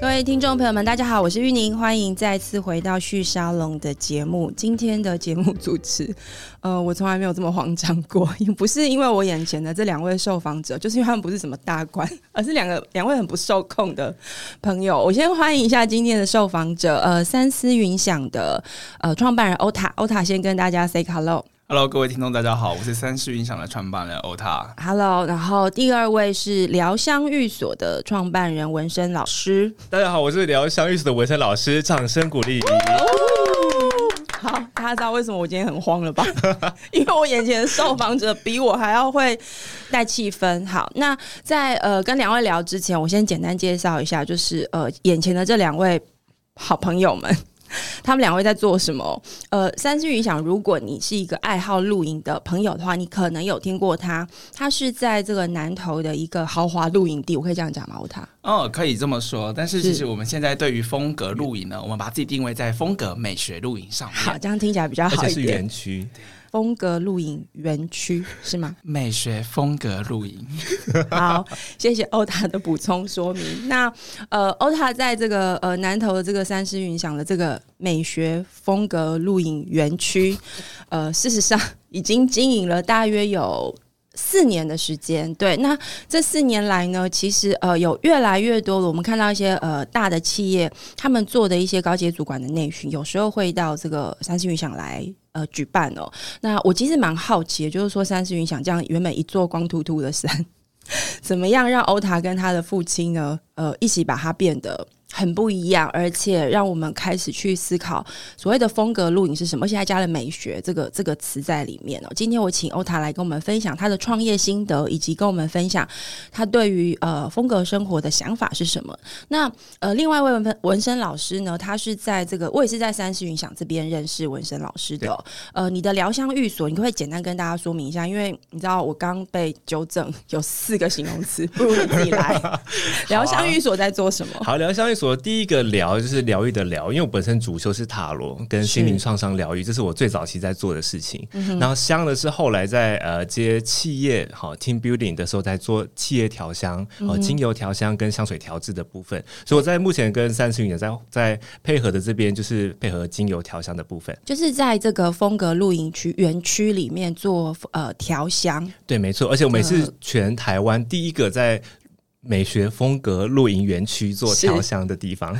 各位听众朋友们，大家好，我是玉宁，欢迎再次回到旭沙龙的节目。今天的节目主持， 呃，我从来没有这么慌张过，也不是因为我眼前的这两位受访者，就是因为他们不是什么大官，而是两个两位很不受控的朋友。我先欢迎一下今天的受访者，呃，三思云想的呃创办人欧塔，欧塔先跟大家 say hello。 Hello，各位听众，大家好，我是三世云想的创办人欧塔。 Hello，然后第二位是疗香寓所的创办人文生老师。大家好，我是聊相遇所的文生老师，掌声鼓励。哦好，大家知道为什么我今天很慌 了吧？因为我眼前的受访者比我还要会带气氛。好，那在呃跟两位聊之前，我先简单介绍一下，就是呃眼前的这两位好朋友们。 他们两位在做什么？呃，三思云想，如果你是一个爱好露营的朋友的话，你可能有听过他。他是在这个南投的一个豪华露营地，我可以这样讲吗？他哦，可以这么说，但是是其实我们现在对于风格露营呢，我们把自己定位在风格美学露营上好，面。这样听起来比较而好且一是点。园区，风格露营园区是吗？美学风格露营， 好，谢谢欧塔的补充说明。那呃，欧塔在这个呃南投的这个三狮云想的这个美学风格露营园区，呃，事实上已经经营了大约有。四年的时间，对，那这四年来呢，其实呃有越来越多的，我们看到一些呃大的企业，他们做的一些高阶主管的内训，有时候会到这个三星云想来呃举办哦。那我其实蛮好奇的，就是说三星云想这样原本一座光秃秃的山，怎么样让欧塔跟他的父亲呢，呃，一起把它变得很不一样，而且让我们开始去思考所谓的风格露营是什么，而且还加了美学这个这个词在里面哦。今天我请欧塔来跟我们分享他的创业心得，以及跟我们分享他对于呃风格生活的想法是什么。那呃，另外一位文文生老师呢，他是在这个我也是在三世云想这边认识文生老师的哦、呃，你的疗香寓所，你可不可以简单跟大家说明一下？因为你知道我刚被纠正有四个形容词，不如你自己来。疗香寓所在做什么？好，聊相遇所第一个聊就是疗愈的疗，因为我本身主修是塔罗跟心灵是嗯创伤疗愈，这是我最早期在做的事情。然后香的是后来在呃接企业好、team building 的时候在做企业调香，嗯哦、精油调香跟香水调制的部分。所以我在目前跟三十也在在配合的这边就是配合精油调香的部分。就是在这个风格露营区园区里面做呃调香，对，没错，而且我们也这是全台湾第一个在美学风格露营园区做是调香的地方。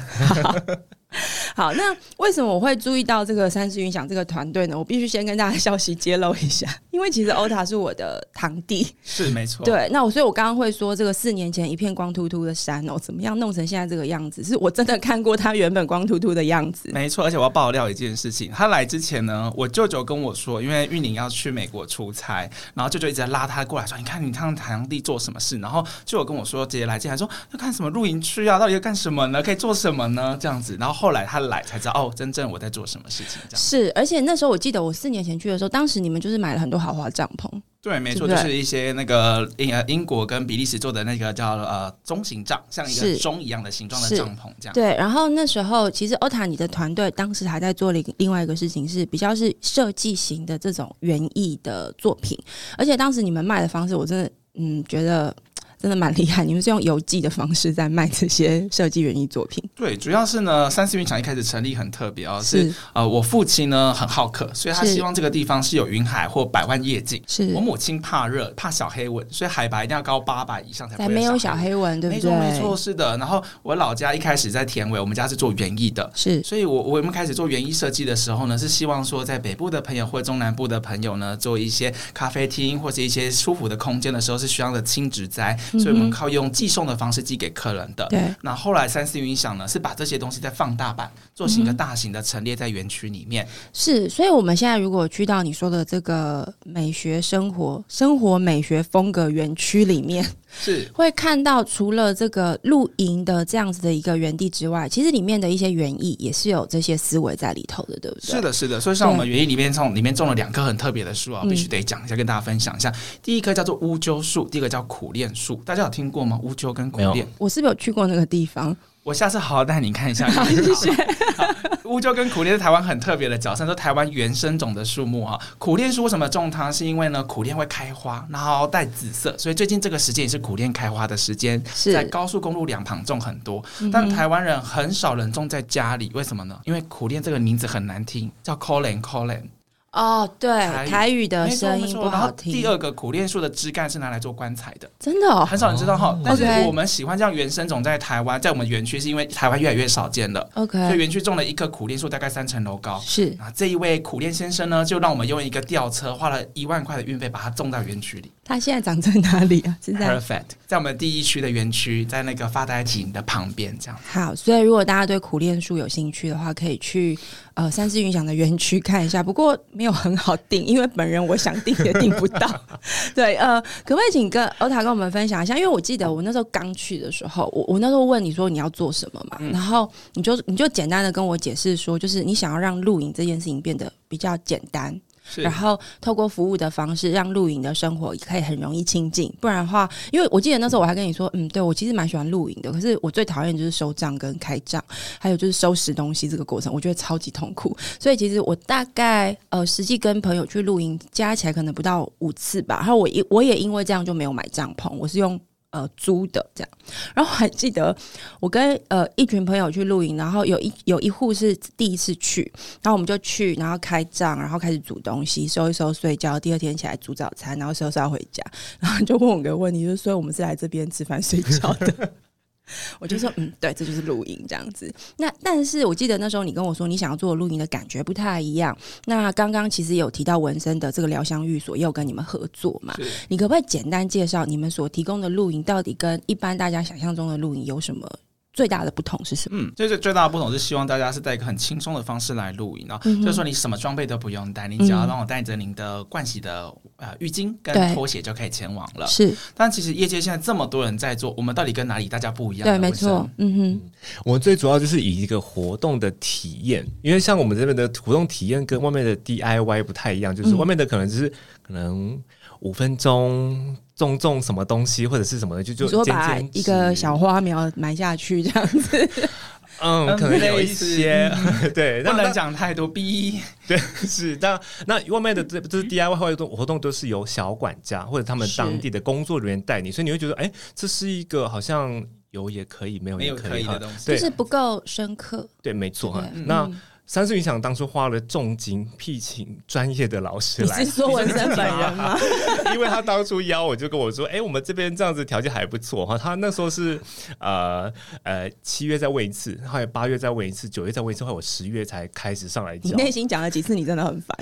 好，那为什么我会注意到这个三十云想这个团队呢？我必须先跟大家消息揭露一下，因为其实欧塔是我的堂弟，是没错。，对，那我所以，我刚刚会说这个四年前一片光秃秃的山哦，怎么样弄成现在这个样子？是我真的看过它原本光秃秃的样子。没错。而且我要爆料一件事情，他来之前呢，我舅舅跟我说，因为玉宁要去美国出差，然后舅舅一直在拉他过来说，你看你看堂弟做什么事，然后舅舅跟我说，姐姐来进来说要干什么露营区啊，到底要干什么呢？可以做什么呢？这样子，然后后来他来才知道，哦，真正我在做什么事情这样。是，而且那时候我记得我四年前去的时候，当时你们就是买了很多豪华帐篷，对，没错，对就不对是一些那个英呃英国跟比利时做的那个叫呃中型帐，像一是个钟一样的形状的是帐篷这样。对。然后那时候其实欧塔你的团队当时还在做了一个另外一个事情，是比较是设计型的这种园艺的作品，而且当时你们卖的方式，我真的嗯觉得。真的蛮厉害，你们是用邮寄的方式在卖这些设计园艺作品，对，主要是呢，三四云厂一开始成立很特别哦，是呃我父亲呢很好客，所以他是希望这个地方是有云海或百万夜景。是我母亲怕热，怕小黑蚊，所以海拔一定要高八百以上才不才会没有小小黑蚊。黑蚊，对不没对？错，没错，，是的。然后我老家一开始在田尾，我们家是做园艺的，是所以我，我们开始做园艺设计的时候呢，是希望说，在北部的朋友或中南部的朋友呢，做一些咖啡厅或是一些舒服的空间的时候，是需要的轻植栽，所以我们嗯靠用寄送的方式寄给客人的。对，那后来三思云想呢，是把这些东西再放大版，做成一嗯个大型的陈列在园区里面。是，所以我们现在如果去到你说的这个美学生活、生活美学风格园区里面，是会看到除了这个露营的这样子的一个园地之外，其实里面的一些园艺也是有这些思维在里头的，对不对？是，的，是的。所以像我们园艺里面种里面种了两棵很特别的树啊，嗯必须得讲一下，跟大家分享一下。第一棵叫做乌桕树，第一个叫苦楝树，大家有听过吗？乌桕跟苦没有楝。我是不是有去过那个地方？我我下次好好带你看一下。好， 谢谢。乌桕跟苦楝是台湾很特别的角色，都台湾原生种的树木哈。苦楝树为什么种它？是因为呢，苦楝会开花，然后带紫色，所以最近这个时间也是苦楝开花的时间，是在高速公路两旁种很多。嗯但台湾人很少人种在家里，为什么呢？因为苦楝这个名字很难听，叫 Colin Colin。哦，对，台语台语的没错呃声没音错不然后好听。第二个苦楝树的枝干是拿来做棺材的，真的哦，很少人知道哈。但是 OK 我们喜欢这样原生种在台湾，在我们园区是因为台湾越来越少见了，所以 OK，园区种了一棵苦楝树，大概三层楼高。是啊，这一位苦练先生呢，就让我们用一个吊车，花了一万块的运费，把它种到园区里。它现在长在哪里啊？是在 Perfect，在我们第一区的园区，在那个发呆亭的旁边，这样。好，所以如果大家对苦楝树有兴趣的话，可以去呃三思云想的园区看一下。不过没有很好订，因为本人我想订也订不到。 对，呃，可不可以请跟欧塔跟我们分享一下？因为我记得我那时候刚去的时候，我我那时候问你说你要做什么嘛，然后你就你就简单的跟我解释说，就是你想要让露营这件事情变得比较简单，是然后透过服务的方式，让露营的生活也可以很容易亲近。不然的话，因为我记得那时候我还跟你说，嗯，对我其实蛮喜欢露营的，可是我最讨厌就是收账跟开账，还有就是收拾东西这个过程，我觉得超级痛苦。所以其实我大概呃实际跟朋友去露营加起来可能不到五次吧。然后我一我也因为这样就没有买帐篷，我是用。呃，租的这样，然后我还记得我跟呃一群朋友去露营，然后有一有一户是第一次去，然后我们就去，然后开帐，然后开始煮东西，收一收睡觉。第二天起来煮早餐，然后收拾要回家， 然后就问我个问题，就是所以我们是来这边吃饭睡觉的。 我就说，嗯，对，这就是露营这样子。那但是我记得那时候你跟我说，你想要做露营的感觉不太一样。那刚刚其实有提到纹身的这个疗香寓所，也有跟你们合作嘛？是你可不可以简单介绍你们所提供的露营到底跟一般大家想象中的露营有什么最大的不同是什么？嗯，就是最大的不同是希望大家是在一个很轻松的方式来露营啊，嗯哼嗯就是说你什么装备都不用带，你只要让我带着您的盥洗的呃浴巾对跟拖鞋就可以前往了。是但其实业界现在这么多人在做，我们到底跟哪里大家不一样呢？对，没文生错，，嗯哼。我们最主要就是以一个活动的体验，因为像我们这边的活动体验跟外面的 DIY 不太一样，就是嗯外面的可能就是、可能五分钟种种什么东西或者是什么的，就就你说剪把剪一个纸小花苗埋下去这样子，嗯，可能有一些 对，不那能那讲太多， 逼对是那那外面的这这是 DIY 活动活动都是由小管家或者他们是当地的工作人员带你，所以你会觉得哎、这是一个好像有也可以，没有没也有可以哈的东西。就对是不够深刻。对，没错哈对嗯。那三四云想当初花了重金聘请专业的老师你来是，说纹身本人吗？ 因为他当初邀我就跟我说，哎、我们这边这样子条件还不错哈。他那时候是呃呃七月再问一次，后来八月再问一次，九月再问一次，后来我十月才开始上来你教。内心讲了几次，你真的很烦。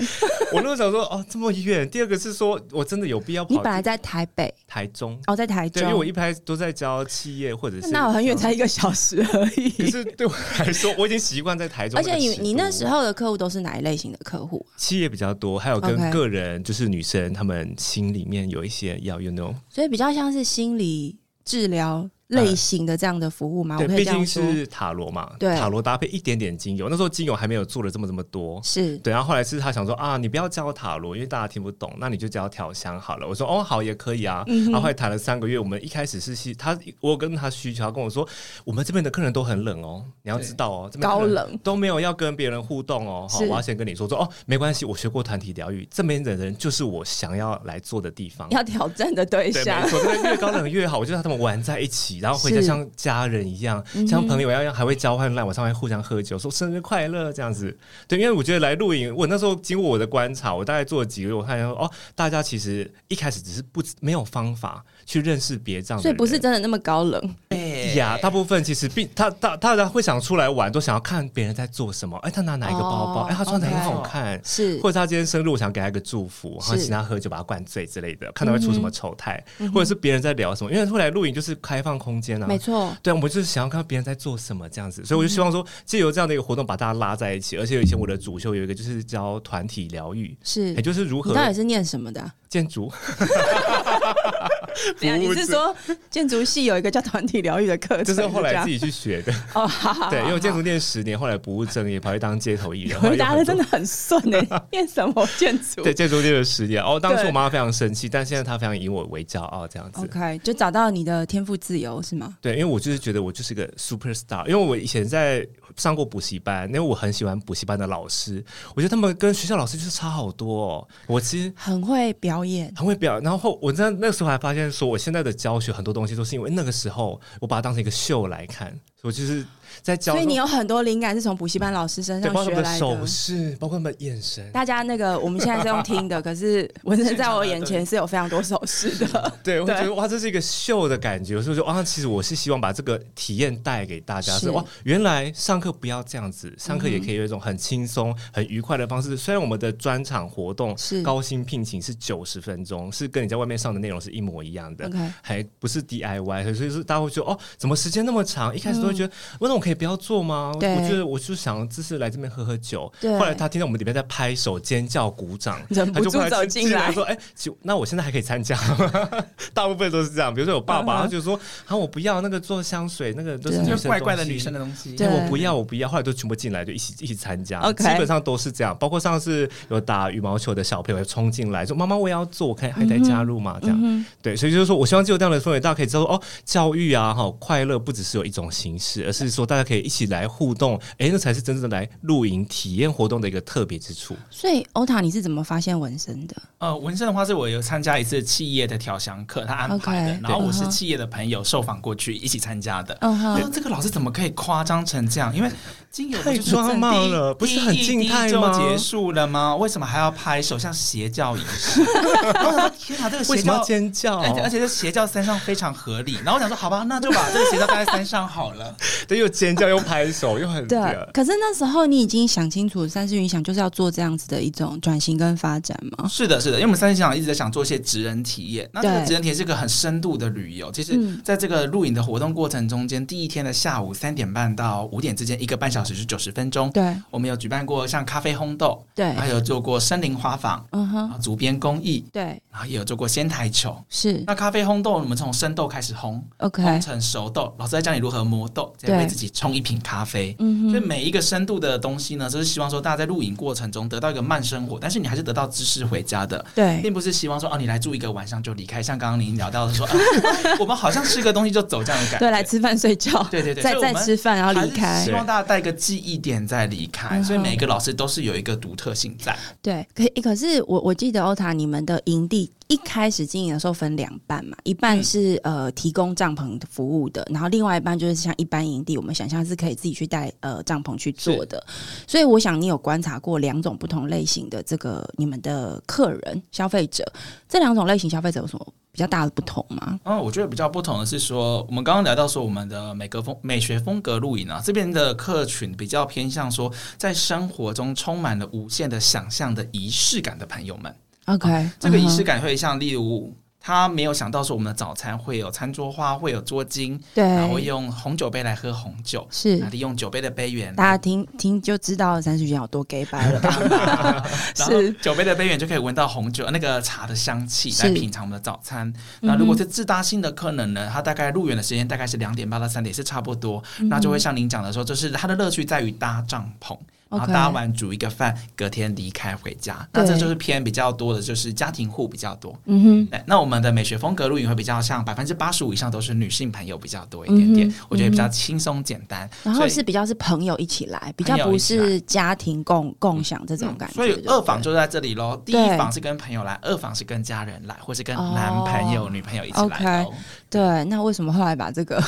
我那时候想说，哦，这么远。第二个是说我真的有必要你跑本来在台北，台中，哦，在台对，中因为，我一拍都在教企业或者是呃那我很远才一个小时而 可已。是对我来说，我已经习惯在台中而那个且尺度。你你那时候的客户都是哪一类型的客户？啊企业比较多，还有跟 OK 个人就是女生，她们心里面有一些要 you know，所以比较像是心理治疗类型的这样的服务啊吗？我对，可以毕这样竟说，是塔罗嘛，对塔罗搭配一点点精油，那时候精油还没有做的这么这么多。是对，然后后来是他想说啊，你不要教塔罗，因为大家听不懂，那你就教调香好了。我说哦，好也可以啊。嗯然后后来谈了三个月，我们一开始是希他，我有跟他需求，他跟我说我们这边的客人都很冷哦，你要知道哦，这边的高客人冷都没有要跟别人互动哦。好，是我要先跟你说说哦，没关系，我学过团体疗愈，这边的人就是我想要来做的地方。要挑战的对对，象没。错，就是越高冷越好。我就让他们玩在一起， 然后回家是像家人一样，嗯哼像朋友一样，还会交换赖，晚上会互相喝酒，说生日快乐这样子。对，因为我觉得来露营，我那时候经过我的观察，我大概做了几个月，我发现说哦，大家其实一开始只是不知没有方法去认识别这样的所以人，不是真的那么高冷，对呀，大部分其实并他大大家会想出来玩，都想要看别人在做什么。哎，他拿哪一个包包？哦哎，他穿的很 OK 好看。是或者他今天生日，我想给他一个祝福，然后是嗯请他喝酒，把他灌醉之类的，看他会出什么丑态，或者是别人在聊什么。因为后来露营就是开放空间啊，没错，嗯对，我们就是想要看到别人在做什么这样子，所以我就希望说，借由这样的一个活动把大家拉在一起。而且以前我的主修有一个就是教团体疗愈，是哎也。就是如你何到底是念什么的啊、建筑，等一下你是说建筑系有一个叫团体疗愈的课程？ 就是后这来样自己去学的。 哦，好好好对，因为我建好筑念十年，后来不务正业，跑去当街 头艺人。后来回又答很的多真的很顺诶、 念什么建筑？对，建筑念了十年。哦，当时对我妈非常生气，但现在她非常以我为骄傲，这样子。 ，OK，就找到你的天赋自由是吗？对，因为我就是觉得我就是个 super star，因为我以前在上过补习班，因为我很喜欢补习班的老师，我觉得他们跟学校老师就是差好多、哦。我其实很会表演，很会表，然后我在那个时候还发现，说我现在的教学很多东西都是因为那个时候我把它当成一个秀来看，所以我就是在教所说，以你有很多灵感是从补习班老师身对，上包括学他们来的的。手势，包括他们的眼神，大家那个，我们现在在用听的，可是文生在我眼前是有非常多手势的。 对，我会对觉得哇，这是一个秀的感觉。有时候说啊，其实我是希望把这个体验带给大家，是是哇，原来上课不要这样子，上课也可以有一种很轻松、很愉快的方式。虽然我们的专场活动是高薪聘请是九十分钟，是跟你在外面上的内容是一模一样的。 OK，还不嗯是 DIY，所以是大家会觉得哦，怎么时间那么长？一开始都会觉得，哇那我可以不要做吗？嗯我对觉得我就想，只是来这边喝喝酒。对后来他听到我们里面在拍手、尖叫、鼓掌，忍他不就住过走来进来来，说：“哎、其那我现在还可以参加吗？” 大部分都是这样。比如说我嗯爸哼爸，他就说：“啊，我不要那个做香水，那个都是对女就生怪怪的东西女生的东西。对哎我不要，我不要。后来都全部进来，就一起一起参加 OK 基本上都是这样。包括上次有打羽毛球的小朋友冲进来说：“妈妈，我也要做，我可以还得嗯加入嘛？”这样、对，所以就是说我希望就有这样的氛围，大家可以知道说哦，教育啊，哈，快乐不只是有一种形式，而是说大家可以一起来互动，哎、那才是真正的来露营体验活动的一个特别之处。所以欧塔，你是怎么发现纹身的？呃，纹身的话是我有参加一次企业的调香课，他安排的 OK，嗯然后我是对企业的朋友受访过去一起参加的。嗯那哼，这个老师怎么可以夸张成这样？因为精油不太就是抓正第马一了不第是一很第静一态就吗结束了吗？为什么还要拍手像邪教仪 式？我想说天哪，这个邪为什么要教 尖叫？而且而且这邪教三上非常合理。然后我想说，好吧，那就把这个邪教带在三上好了。嗯对，又尖叫又拍手，又嗯很对。啊可是那时候你已经想清楚，三世云想就是要做这样子的一种转型跟发展吗？是的，是的，因为我们三十场一直在想做一些职人体验。那这个对职人体验是一个很深度的旅游。其实嗯，在这个录影的活动过程中间，第一天的下午三点半到五点之间，一个半小时是九十分钟。对我们有举办过像咖啡烘豆，对，还有做过森林花坊，嗯然哼，后竹编工艺，对，然后也有做过仙台球。是那咖啡烘豆，我们从生豆开始烘， OK，烘成熟豆，老师在教你如何磨豆，再为对自己冲一瓶咖啡。嗯所以哼，每一个深度的东西呢，就是希望说大家在录影过程中得到一个慢生活，但是你还是得到知识回家的。对并不是希望说哦，你来住一个晚上就离开，像刚刚您聊到 的说，啊我们好像吃个东西就走这样的感觉。对，来吃饭睡觉，对对对，再所以我再们吃饭然后还离是开希。望大家带一个记忆点再离开。嗯哼所以每一个老师都是有一个独特性在。对，可诶可是我我记得欧塔，你们的营地一开始经营的时候分两半嘛，一嗯半是、呃提供帐篷的服务的，然后另外一半就是像一般营地，我们想象是可以自己去带呃帐篷去做的。所以我想你有观察过两种不同类型的这个你们的客人消费者，这两种类型消费者有什么比较大的不同吗？嗯，我觉得比较不同的是说，我们刚刚聊到说我们的美格风美学风格露营啊，这边的客群比较偏向说，在生活中充满了无限的想象的仪式感的朋友们。 OK，这个仪式感会像例如。他没有想到说我们的早餐会有餐桌花，会有桌巾，然后对用红酒杯来喝红酒，是啊哪。里用酒杯的杯缘，大家听听就知道三十元有多 gay 白 了吧？然后是酒杯的杯缘就可以闻到红酒那个茶的香气，是嗯来品尝我们的早餐。那如果是自搭性的客人呢，他大概入园的时间大概是两点半到三点是差不多，嗯那就会像您讲的说，就是他的乐趣在于搭帐篷。然后 OK 搭完煮一个饭，隔天离开回家，那这对就是偏比较多的，就是家庭户比较多。嗯哼，对，那我们的美学风格露营会比较像百分之八十五以上都是女性朋友比较多一点点，嗯哼我觉得比较轻松简单。然所后以是比较是朋友一起来，比朋较友不一起来嗯是家庭共共享这种感觉。所以对不二房对就在这里喽。第对一房是跟朋友来，二房是跟家人来，或是跟男朋友、哦女朋友一起来喽。对，那为什么后来把这 个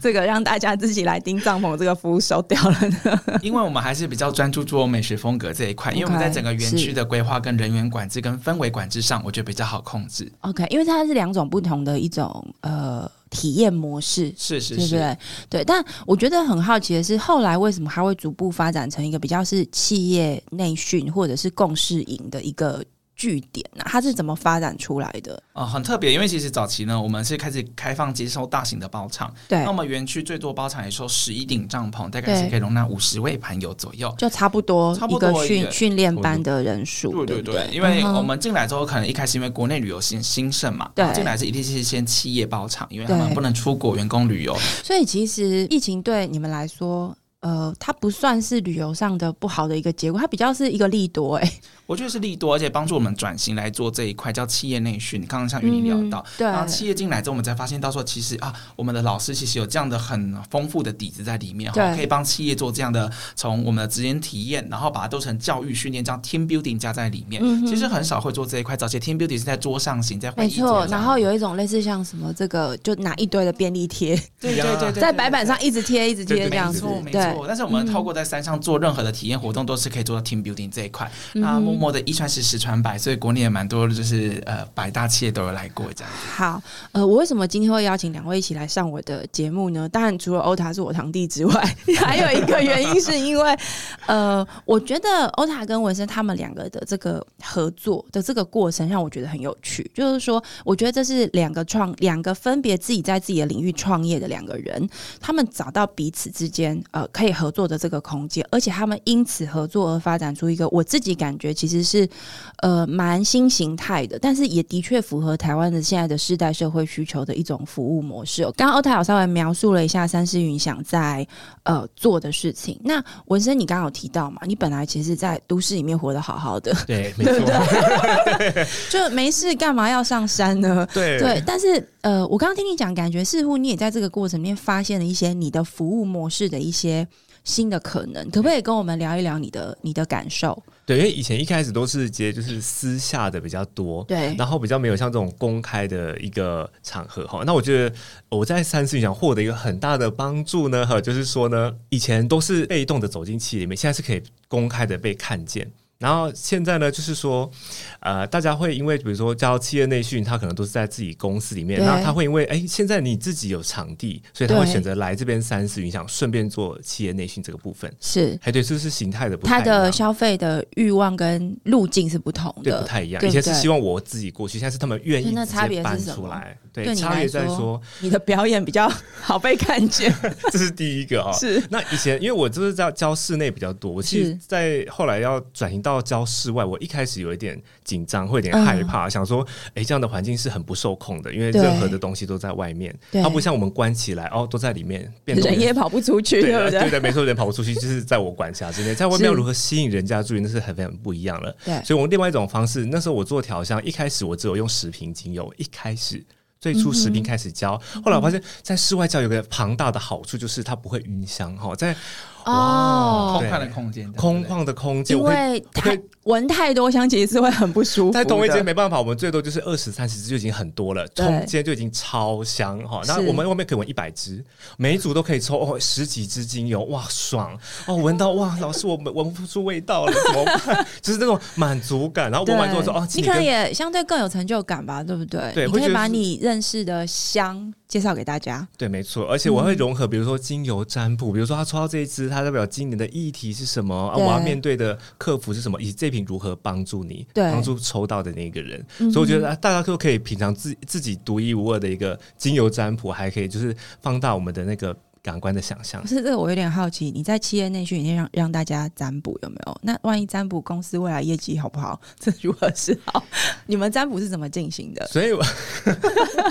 这个让大家自己来钉帐篷这个服务收掉了呢？ 因为我们还是比较专注做美学风格这一块，因为我 OK，们在整个园是区的规划、跟人员管制、跟氛围管制上，我觉得比较好控制。 OK，因为它是两种不同的一种呃体验模式。是是对不是，对？对，但我觉得很好奇的是，后来为什么它会逐步发展成一个比较是企业内训或者是共事营的一个据点啊？它是怎么发展出来的？啊、很特别，因为其实早期呢，我们是开始开放接受大型的包场，对那，我们园区最多包场也收十一顶帐篷，大概对是可以容纳五十位盘友左右。就差不多差一不多个一训个训练班的人数，对对对不对，因为嗯哼我们进来之后，可能一开始因为国内旅游兴兴盛嘛，对然后进来是一定是先企业包场，因为他对们不能出国员工旅游，所以其实疫情对你们来说，呃，它不算是旅游上的不好的一个结果，它比较是一个利多、 哎，我觉得是利多，而且帮助我们转型来做这一块叫企业内训。刚刚像与哎你聊到，嗯对然后企业进来之后，我们才发现到说，其实啊，我们的老师其实有这样的很丰富的底子在里面，对哈，可以帮企业做这样的从我们的职业体验，然后把它做成教育训练，这样 team building 加在里面。嗯哼其实很少会做这一块，早期 team building 是在桌上型，在会没议啊桌错。上然后有一种类似像什么这个，就拿一堆的便利贴对对对对对在白板上一直贴，一直贴对对这样子没错，，没对，错。但是我们透过在山上做任何的体验活动，都是可以做到 team building 这一块。那默默的一传十，十传百，所以国内也蛮多，就是呃百大企业都有来过这样。好，呃，我为什么今天会邀请两位一起来上我的节目呢？当然，除了欧塔是我堂弟之外， 还有一个原因是因为， 呃，我觉得欧塔跟文生他们两个的这个合作的这个过程让我觉得很有趣。就是说，我觉得这是两个创两个分别自己在自己的领域创业的两个人，他们找到彼此之间呃可以合作的这个空间，而且他们因此合作而发展出一个我自己感觉其实是呃蛮新形态的，但是也的确符合台湾的现在的世代社会需求的一种服务模式、哦。刚刚欧泰有稍微描述了一下三思云想在呃做的事情。那文生，你刚刚有提到嘛？你本来其实，在都市里面活得好好的， 对，没错，就没事干嘛要上山呢？对对，但是呃，我刚刚听你讲，感觉似乎你也在这个过程里面发现了一些你的服务模式的一些新的可能，可不可以跟我们聊一聊你的你的感受？对，因为以前一开始都是接就是私下的比较多，对然后比较没有像这种公开的一个场合哈。那我觉得我在三四想获得一个很大的帮助呢，哈，就是说呢，以前都是被动的走进企业里面，现在是可以公开的被看见。然后现在呢，就是说，呃，大家会因为比如说叫企业内训，他可能都是在自己公司里面，对那他会因为哎，现在你自己有场地，所以他会对选择来这边三思云想顺便做企业内训这个部分。是哎，对，这是形态的不太他一样的消费的欲望跟路径是不同对，的，不太一样。对以不前是对希望我自己过去，现在是他们愿意对那直差别是接搬什出么来。对对，你差来别在说说，你的表演比较好被看 见，这是第一个哦。 是嗯那以前因为我就是在教室内比较多，我其是实在后来要转型到教室外，我一开始有一点紧张，会有点害怕，想说，哎，这样的环境是很不受控的，因为嗯对任何的东西都在外面，对它不像我们关起来哦，都在里面，变动人也跑不出去，对对不的对对？的，没错，人跑不出去就是在我管辖之内，在外是面要如何吸引人家注意，那是很非常不一样了。对所以我用另外一种方式，那时候我做调香，一开始我只有用十瓶精油，一开始。最初十瓶开始教，嗯后来我发现，在室外教有个庞大的好处，就是它不会晕香哈，在哦哇。空旷的空间，空旷的空间，因我可以为我可太以闻太多香，其实是会很不舒服的。在同一间没办法，我们最多就是二十三十支就已经很多了，对中间就已经超香哈。那是我们外面可以闻一百支，每一组都可以抽哦十几支精油，哇爽哦，闻到哇，老师我闻闻不出味道了，怎么 办？就是那种满足感。然后对闻完之后说哦，你请可能跟也相对更有成就感吧，对不对？对你会可觉以得把是你认识的香介绍给大家。对，没错，而且我会嗯融合，比如说精油占卜，比如说他抽到这一支，它代表今年的议题是什么啊？对我要面对的客服是什么？以及这瓶如何帮助你，对嗯帮助抽到的那个人。所以我觉得啊大家都可以品尝自自己独一无二的一个精油占卜，还可以就是放大我们的那个感官的想象不。哦是这个，我有点好奇，你在企业内训里面让让大家占卜有没有？那万一占卜公司未来业绩好不好，这如何是好？你们占卜是怎么进行的？所以我，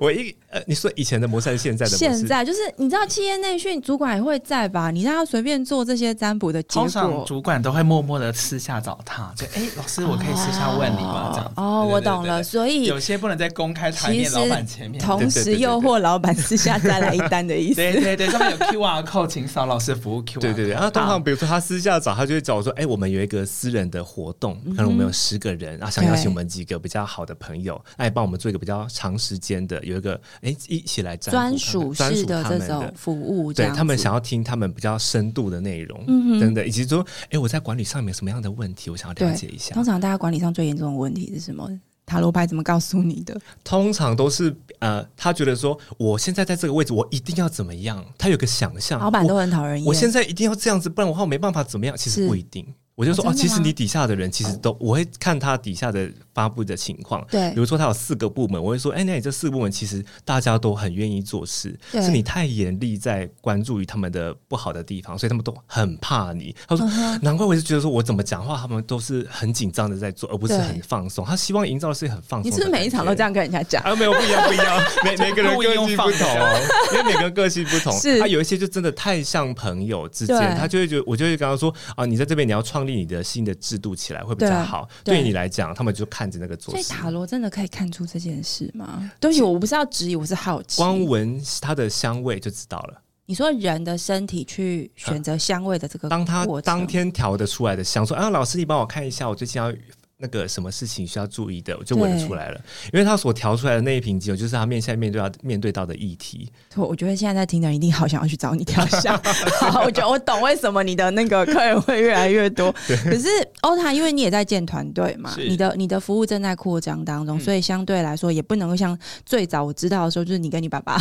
我一呃，你说以前的模式还是现在的模式？现在就是你知道企业内训主管也会在吧？你让他随便做这些占卜的结通常果，主管都会默默的私下找他，就哎、老师，我可以私下问你吗？这样子哦，对对我对懂对了，对所以有些不能在公开台其面实老板前面。同对对对时对诱惑老板私下再来一单的意思。对对对，上面有 QR code，请扫老师服务 QR。对对对，然后通常比如说他私下找他就会找我说，哎、我们有一个私人的活动，嗯可能我们有十个人，然啊后想邀请我们几个比较好的朋友，哎，帮我们做一个比较长时间的，有一个哎一起来占卜专属专式属的他这们种的。服务，这对样他们子想要听他们比较深度的内容，嗯哼真的，以及说，哎、我在管理上面有什么样的问题，我想要对了解一下。通常大家管理上最严重的问题是什么？塔罗牌怎么告诉你 的？通常都是呃，他觉得说，我现在在这个位置，我一定要怎么样，他有个想象。老板啊我都很讨人厌。我现在一定要这样子，不然我后没办法怎么样。其是实不一定，我就说哦哦，真的其吗哦实你底下的人其实都，我会看他底下的发布的情况。对比如说他有四个部门，我会说，哎，那你这四个部门其实大家都很愿意做事，对是你太严厉在关注于他们的不好的地方，所以他们都很怕你。他嗯说，难怪我就觉得说我怎么讲话，他们都是很紧张的在做，而不是对很放松。他希望营造的是很放松。你是不是每一场都这？样跟人家讲？啊，没有不一样，不一 样，每每个人录个音性用放不同哦，因为每个人个性不同。是他有一些就真的太像朋友之对间，他就会觉得，我就会跟他说啊，你在这边你要创立你的新的制度起来会比对较啊好。对对你来讲，他们就看着那个做所以事。塔罗真的可以看出这件事吗？对不起，我不是要质疑，我是好奇。光闻它的香味就知道了。你说人的身体去选择香味的这个当他过程当天调的出来的香，说啊，老师你帮我看一下，我最近要那个什么事情需要注意的，我就闻得出来了。因为他所调出来的那一瓶酒，就是他面现在面对到面对到的议题。我我觉得现在在听的人一定好想要去找你调 香。好，我觉得我懂为什么你的那个客人会越来越 多。可是欧塔，因为你也在建团队嘛，是你的你的服务正在扩张当中，嗯所以相对来说也不能够像最早我知道的时候，就是你跟你爸爸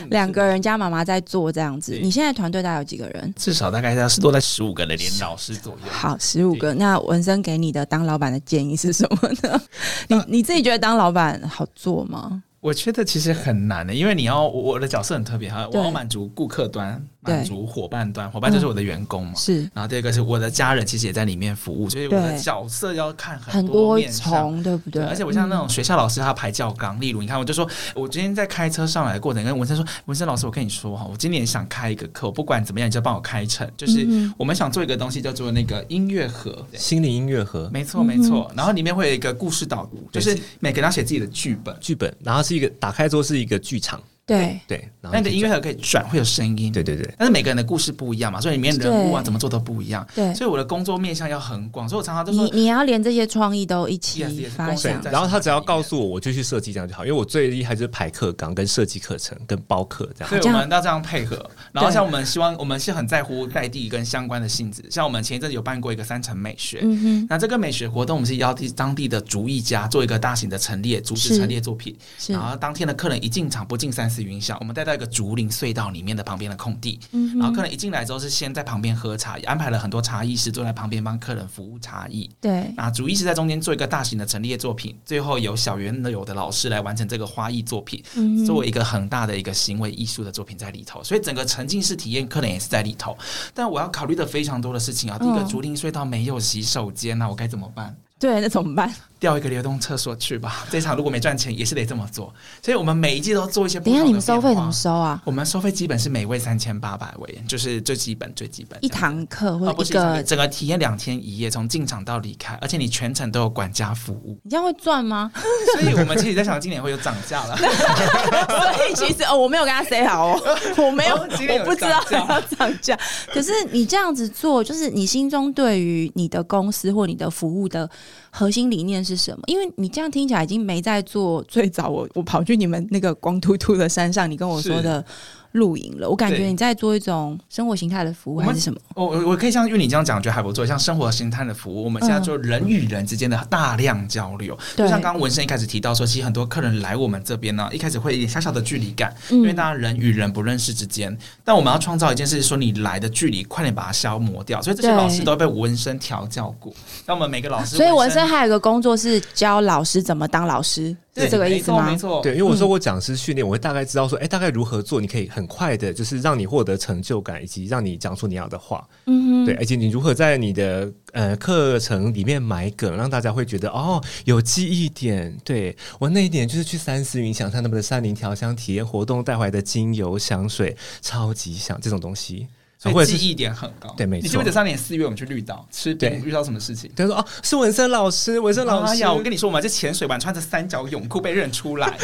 嗯两个人加妈妈在做这样子。是你现在团队大概有几个人？至少大概要是落在十五个人，连老师左右。好，十五个。那文生给你的当老板的建议是什么 呢？你你自己觉得当老板好做吗？我觉得其实很难的，因为你要我我的角色很特别哈，我嗯对嗯要满足顾客端，对满足伙伴端，伙伴就是我的员工嘛。是然后第二个是我的家人，其实也在里面服务，所以我的对角色要看很多多面向。重，对不对？而且我像那嗯种学校老师，他排教纲，例如你看，我就说，我今天在开车上来的过程，跟文生说，文生老师，我跟你说哈，我今年想开一个课，我不管怎么样，你就帮我开成，就是嗯我们想做一个东西叫做那个音乐盒，心灵音乐盒没错没错，然后里面会有一个故事导读，就是每个人要写自己的剧本，剧本，然后是一个打开之后是一个剧场，对。对，然后那你的音乐盒可以转，会有声音，对对对，但是每个人的故事不一样嘛，所以里面人物啊对怎么做都不一样，对，所以我的工作面向要很广，所以我常常都你说你要连这些创意都一 Yes, 起 yes, 发公司想也在然后他只要告诉我，我就去设计这样就好，因为我最厉害就是排课纲跟设计课程跟包课这样。对，这我样们要这样配合。然后像我们希望，我们是很在乎在地跟相关的性质。像我们前一阵子有办过一个三城美学，嗯哼，那这个美学活动，我们是邀地当地的竹艺家做一个大型的陈列，竹是子陈列作品。是然，后当天的客人一进场不进三四云霄，我们带到一个竹林隧道里面的旁边的空地。嗯哼然后客人一进来之后是先在旁边喝茶，也安排了很多茶艺师坐在旁边帮客人服务茶艺。对，那啊主艺是在中间做一个大型的陈列作品，最后由小园有的老师来完成这个花艺作品，嗯哼作为一个很大的一个行为艺术的作品在里头，所以整个沉浸式体验可能也是在里头。但我要考虑的非常多的事情啊，第一个嗯竹林隧道没有洗手间啊那我该怎么办？对，那怎么办？调一个流动厕所去吧。这场如果没赚钱，也是得这么做。所以我们每一季都做一些不等一同下的你们收费变怎化么收啊？我们收费基本是每位三千八百位，就是最基本最基本一这样堂子。课或哦，者不一是一堂个，课，，整个体验两天一夜，从进场到离开，而且你全程都有管家服务 你这样会赚吗？所以我们其实在想今年会有涨价 了。所以其实哦，我没有跟他 say 好 哦，我没有，哦今天有我不知道涨价要涨价。可是你这样子做，就是你心中对于你的公司或你的服务的核心理念是什么？因为你这样听起来已经没在做最早我我跑去你们那个光秃秃的山上，你跟我说是的露营了，我感觉对你在做一种生活形态的服务我们还是什么？我我我可以像玉你这样讲，我觉得还不错。像生活形态的服务，我们现在就人与人之间的大量交流，嗯对就像刚刚文生一开始提到说，其实很多客人来我们这边呢，一开始会有一点小小的距离感，嗯因为大家人与人不认识之间。但我们要创造一件事，说你来的距离快点把它消磨掉。所以这些对老师都被纹身调教过。那我们每个老师，嗯所以文生还有一个工作是教老师怎么当老师，对是这个意思吗？没错，没错对，因为我受过讲师训练，我会大概知道说，哎、大概如何做，你可以很快的，就是让你获得成就感，以及让你讲出你要的话。嗯对，而且你如何在你的呃课程里面埋梗，让大家会觉得哦有记忆点。对我那一点就是去三思云享他们的山林调香体验活动带回来的精油香水，超级香这种东西，啊所或以者是哎记忆点很高。对没错你记不记得上年四月我们去绿岛吃对饼，遇到什么事情？他说哦是文森老师，文森老哎师，呀，我跟你说，我们这潜水完穿着三角泳裤被认出 来，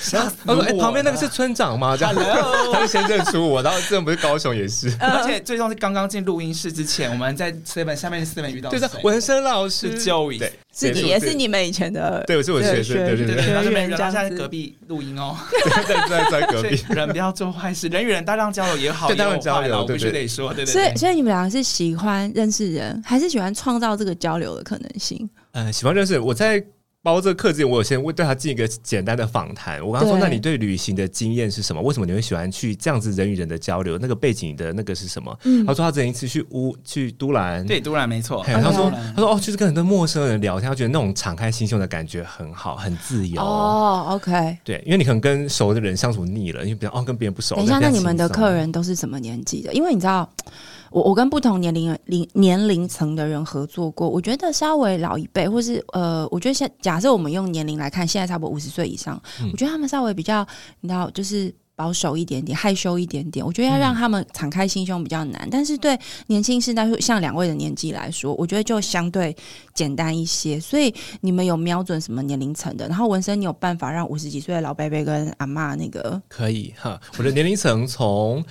吓死我我啊了！说哎、旁边那个是村长吗？这样 他就先认出我，然后这不是高雄也是。呃而且最重要是刚刚进录音室之前，我们在 seven 下面 seven 遇到对谁的，文森老师是 Joey，对，是你对也是你们以前的对，我是我学生，对对对对，对，学然后员没人，这样然后现在子隔壁录音哦， 在在在隔所以壁。人不要做坏 事，人与人大量交流也好，对大量也有交流坏啦我对必须对得说，对对所以，对。所以你们两个是喜欢认识人，还是喜欢创造这个交流的可能性？呃，喜欢认识我在包这个课之前，我有先问对他进一个简单的访谈。我跟他说：“对那你对旅行的经验是什么？为什么你会喜欢去这样子人与人的交流？那个背景的那个是什么？”嗯哦他说：“他之前一次去乌去都兰，对，突然没错，嘿，他说都兰他说哦，就是跟很多陌生人聊天，他觉得那种敞开心胸的感觉很好，很自由。哦，OK。对，因为你可能跟熟的人相处腻了，因为比较哦跟别人不熟。等一下，比较那你们的轻松客人都是什么年纪的？因为你知道，我我跟不同年龄龄年龄层的人合作过，我觉得稍微老一辈，或是呃，我觉得现假设我们用年龄来看，现在差不多五十岁以上，嗯我觉得他们稍微比较，你知道，就是。保守一点点，害羞一点点，我觉得要让他们敞开心胸比较难。但是对年轻世代，像两位的年纪来说，我觉得就相对简单一些。所以你们有瞄准什么年龄层的？然后纹身，你有办法让五十几岁的老伯伯跟阿嬷那个可以哈，我的年龄层从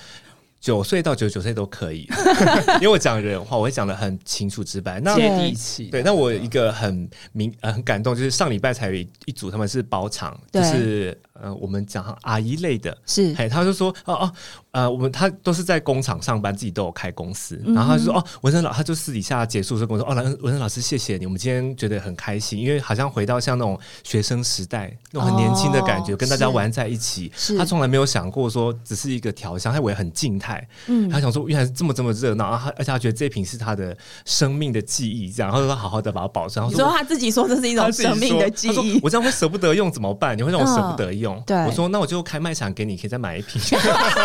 九岁到九十九岁都可以， 因为我讲人话，我会讲的很清楚直白。那对接地气。对，那我有一个很明、呃、很感动，就是上礼拜才有一一组他们是包场，就对嗯是呃我们讲阿姨类的，是嘿，他就说哦哦，呃，我们他都是在工厂上班，自己都有开公司，嗯然后他就说哦，文生老，他就私底下结束的时候跟我说，哦，文文生老师，谢谢你，我们今天觉得很开心，因为好像回到像那种学生时代那种很年轻的感觉，哦跟大家是玩在一起是，他从来没有想过说只是一个调香，他以为很静态，嗯他想说原来是这么这么热闹，然后他而且他觉得这瓶是他的生命的记忆，这样，然后说好好的把它保存，然后你说说他自己说这是一种他自己说生命的记 他说忆，我这样会舍不得用怎么办？你会让我舍不得用。对我说那我就开卖场给你，可以再买一瓶，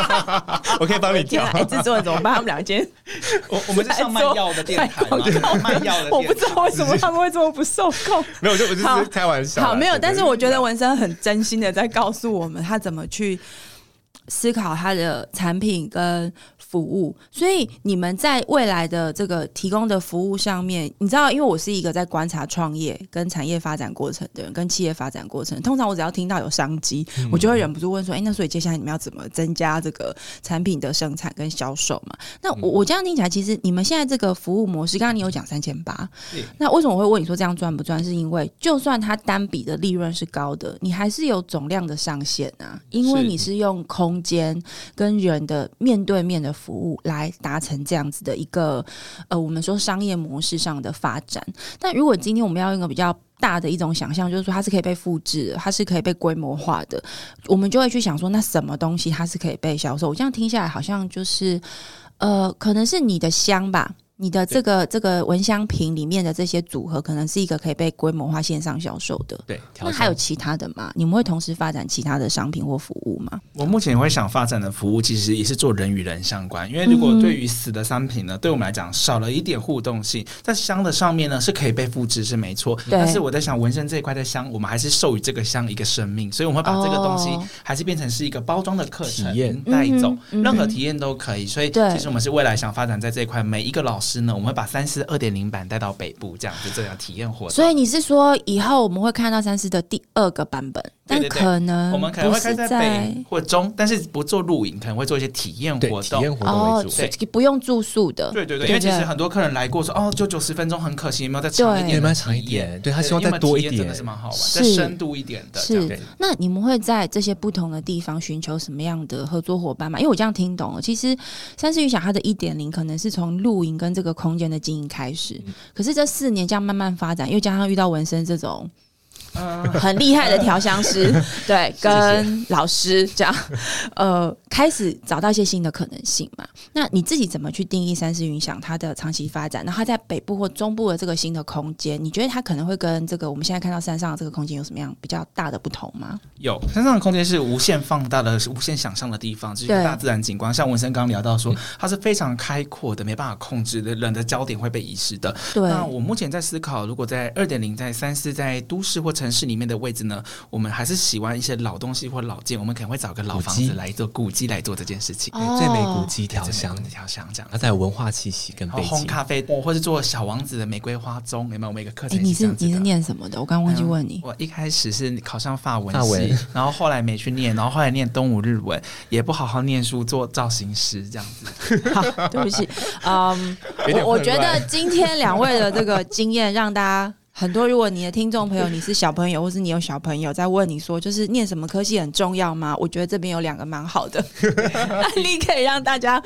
我可以帮你天调啊！。哎，制作人怎么办？他们两间，我我们是 上卖药的电台嘛，卖药的啊电台，我不知道为什么他们会这么不受 控。 没有，我就我就好是开玩笑啦。好，没有，对但是我觉得文生很真心的在告诉我们他怎么去思考他的产品跟服务。所以你们在未来的这个提供的服务上面，你知道，因为我是一个在观察创业跟产业发展过程的人，跟企业发展过程，通常我只要听到有商机，嗯我就会忍不住问说：“哎、那所以接下来你们要怎么增加这个产品的生产跟销售嘛？”那我我这样听起来，其实你们现在这个服务模式，刚刚你有讲三千八，那为什么我会问你说这样赚不赚？是因为就算它单笔的利润是高的，你还是有总量的上限啊，因为是你是用空间跟人的面对面的服务来达成这样子的一个呃，我们说商业模式上的发展。但如果今天我们要用一个比较大的一种想象，就是说它是可以被复制的，它是可以被规模化的，我们就会去想说，那什么东西它是可以被销售？我这样听下来，好像就是呃，可能是你的香吧。你的这个这个蚊香瓶里面的这些组合，可能是一个可以被规模化线上销售的。对，调那香还有其他的吗？你们会同时发展其他的商品或服务吗？我目前会想发展的服务，其实也是做人与人相关，因为如果对于死的商品呢，对我们来讲少了一点互动性，在香的上面呢是可以被复制是没错，对但是我在想纹身这一块的香，我们还是授予这个香一个生命，所以我们会把这个东西哦还是变成是一个包装的课程体验带走嗯，哼任何体验都可以。所以对其实我们是未来想发展在这一块，每一个老师呢，我们会把三四二点零版带到北部，这样子这样体验活动。所以你是说以后我们会看到三思的第二个版本，对但对对可能我们可能会嗯不是开在北或中，但是不做露营，可能会做一些体验对活体动。验活动哦为主。对，不用住宿的，对对对，对因为其实对很多客人来过说，哦，就九十分钟很可惜，有没有再长一对点？有没有长一点对他希望再多一因点为体验真的是蛮好玩，是再深度一点的。这样是对，那你们会在这些不同的地方寻求什么样的合作伙伴吗？因为我这样听懂了，其实三思预想它的一点零可能是从露营跟这个空间的经营开始，可是这四年这样慢慢发展，又加上遇到纹身这种。 很厉害的调香师，对，跟老师这样，呃，开始找到一些新的可能性嘛。那你自己怎么去定义三思云想它的长期发展？然后它在北部或中部的这个新的空间，你觉得它可能会跟这个我们现在看到山上的这个空间有什么样比较大的不同吗？有山上的空间是无限放大的，是无限想象的地方，这是一个对嗯大自然景观。像文森刚聊到说，它是非常开阔的，没办法控制的，人的焦点会被遗失的。对，那我目前在思考，如果在二点零、在三四、在都市或城市里面的位置呢，我们还是喜欢一些老东西或老建，我们可能会找个老房古子迹来做古迹来做这件事情。哦对最美哦古迹调这香样，调香这样。它在文化气息跟然后背烘景。咖啡豆，或是做小王子的玫瑰花钟，有没有？我们有一个课哎、程你这是样子的你是念什么的？我刚刚忘记问你嗯。我一开始是考上法文法系文，然后后来没去念，然后后来念东吴日文，也不好好念书，做造型师这样子。好， 对不起，嗯有点混，乱我我觉得今天两位的这个经验让大家。很多，如果你的听众朋友你是小朋友，或是你有小朋友在问你说，就是念什么科系很重要吗？我觉得这边有两个蛮好 的案例可以让大家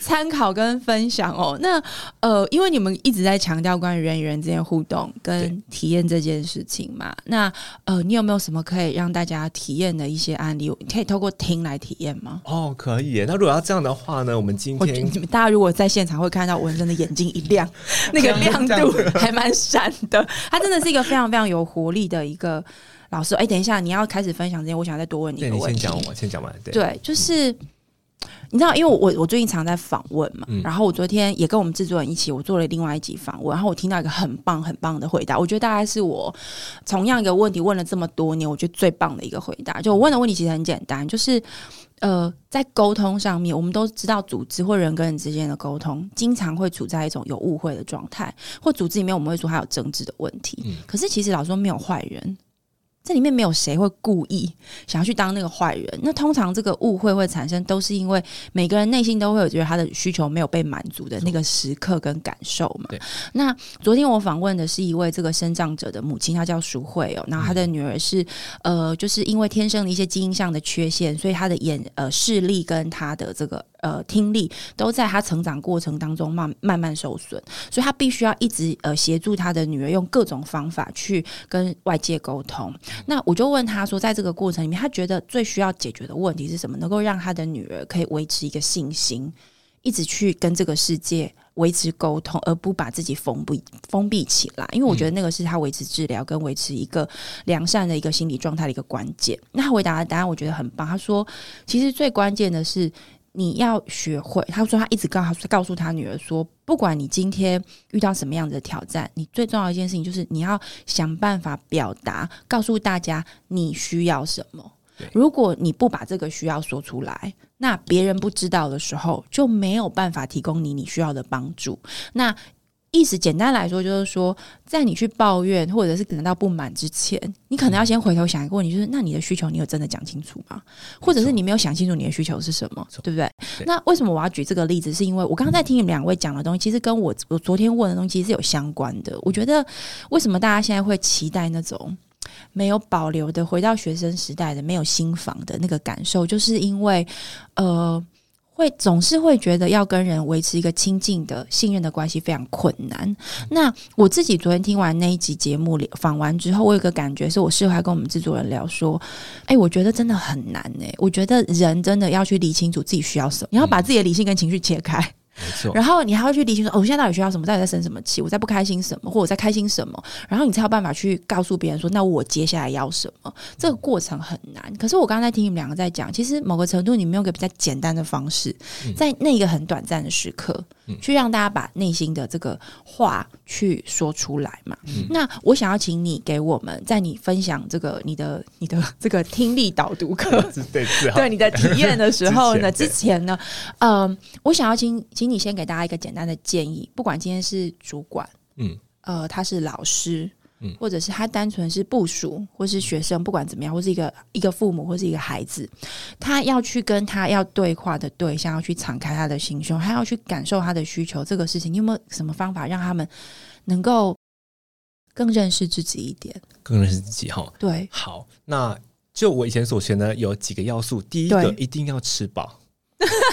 参考跟分享哦。那呃，因为你们一直在强调关于人与人之间互动跟体验这件事情嘛，那呃，你有没有什么可以让大家体验的一些案例？你可以透过听来体验吗？哦，可以耶。那如果要这样的话呢，我们今我觉得天你们大家如果在现场会看到文珍的眼睛一 亮，那个亮这样度还蛮闪的。他真的是一个非常非常有活力的一个老师。哎、等一下，你要开始分享之前，我想再多问你一对个你问先题。讲完，先讲完。对，对，就是你知道，因为我我最近常在访问嘛，嗯然后我昨天也跟我们制作人一起，我做了另外一集访问，然后我听到一个很棒很棒的回答，我觉得大概是我同样一个问题问了这么多年，我觉得最棒的一个回答。就我问的问题其实很简单，就是。呃，在沟通上面，我们都知道组织或人跟人之间的沟通，经常会处在一种有误会的状态，或组织里面我们会说还有争执的问题。嗯可是其实老实说，没有坏人，这里面没有谁会故意想要去当那个坏人。那通常这个误会会产生，都是因为每个人内心都会有觉得他的需求没有被满足的那个时刻跟感受嘛对。那昨天我访问的是一位这个生长者的母亲，她叫淑慧哦，然后她的女儿是、呃，就是因为天生的一些基因上的缺陷，所以她的眼呃视力跟她的这个呃听力都在她成长过程当中慢慢慢受损，所以她必须要一直呃协助她的女儿用各种方法去跟外界沟通。那我就问他说，在这个过程里面，他觉得最需要解决的问题是什么，能够让他的女儿可以维持一个信心，一直去跟这个世界维持沟通，而不把自己封闭封闭起来。因为我觉得那个是他维持治疗跟维持一个良善的一个心理状态的一个关键。那他回答的答案我觉得很棒，他说，其实最关键的是。你要学会，他说他一直告他告诉他女儿说，不管你今天遇到什么样子的挑战，你最重要的一件事情就是你要想办法表达，告诉大家你需要什么对。如果你不把这个需要说出来，那别人不知道的时候就没有办法提供你你需要的帮助。那意思简单来说，就是说，在你去抱怨或者是感到不满之前，你可能要先回头想一个问题，就是那你的需求你有真的讲清楚吗？或者是你没有想清楚你的需求是什么，对不对？对那为什么我要举这个例子？是因为我刚刚在听你们两位讲的东西，其实跟我我昨天问的东西是有相关的。我觉得为什么大家现在会期待那种没有保留的回到学生时代的没有心房的那个感受，就是因为呃。会总是会觉得要跟人维持一个亲近的信任的关系非常困难。那我自己昨天听完那一集节目访完之后，我有个感觉，是我事后还跟我们制作人聊说，哎、我觉得真的很难哎、我觉得人真的要去理清楚自己需要什么，你要把自己的理性跟情绪切开，没错。然后你还要去理清楚，哦，我现在到底需要什么，到底在生什么气，我在不开心什么，或我在开心什么，然后你才有办法去告诉别人说，那我接下来要什么。这个过程很难。可是我刚才听你们两个在讲，其实某个程度，你们用一个比较简单的方式，在那个很短暂的时刻，去让大家把内心的这个话去说出来嘛。那我想要请你给我们，在你分享这个你的你的这个听力导读课是对，是啊好 对你的体验的时候呢，之之前呢，嗯，我想要请请你先给大家一个简单的建议，不管今天是主管，嗯，呃，他是老师，嗯或者是他单纯是部属或是学生，不管怎么样，或是一个一个父母或是一个孩子，他要去跟他要对话的对象，要去敞开他的心胸，他要去感受他的需求，这个事情，你有没有什么方法让他们能够更认识自己一点？更认识自己哈。对，好，那就我以前所学呢，有几个要素，第一个对一定要吃饱，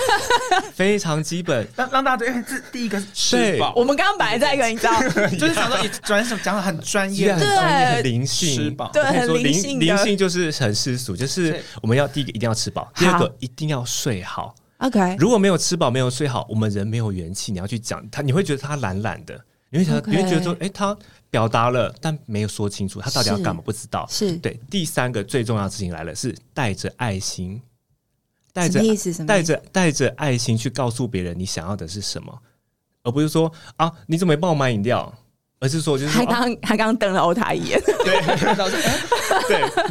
非常基本。让让大家对，哎这第一个是吃对饱，我们刚刚本来在一个你 知道。就是想说你转什么讲的很专对业，很专业，很灵性，吃饱对我跟你很说灵灵性的灵性就是很世俗，就是对我们要第一个一定要吃饱，第二个一定要睡好。 OK，如果没有吃饱，没有睡好，我们人没有元气。你要去讲他，你会觉得他懒懒的，你会觉得 OK 你会觉得说，哎、他表达了，但没有说清楚，他到底要干嘛，不知道。是对，第三个最重要的事情来了，是带着爱心，带什着么意思？什么带意思？着带着爱心去告诉别人你想要的是什么，而不是说啊，你怎么没帮我买饮料？而是说，就是他说、啊刚他刚刚瞪了欧塔一眼， 对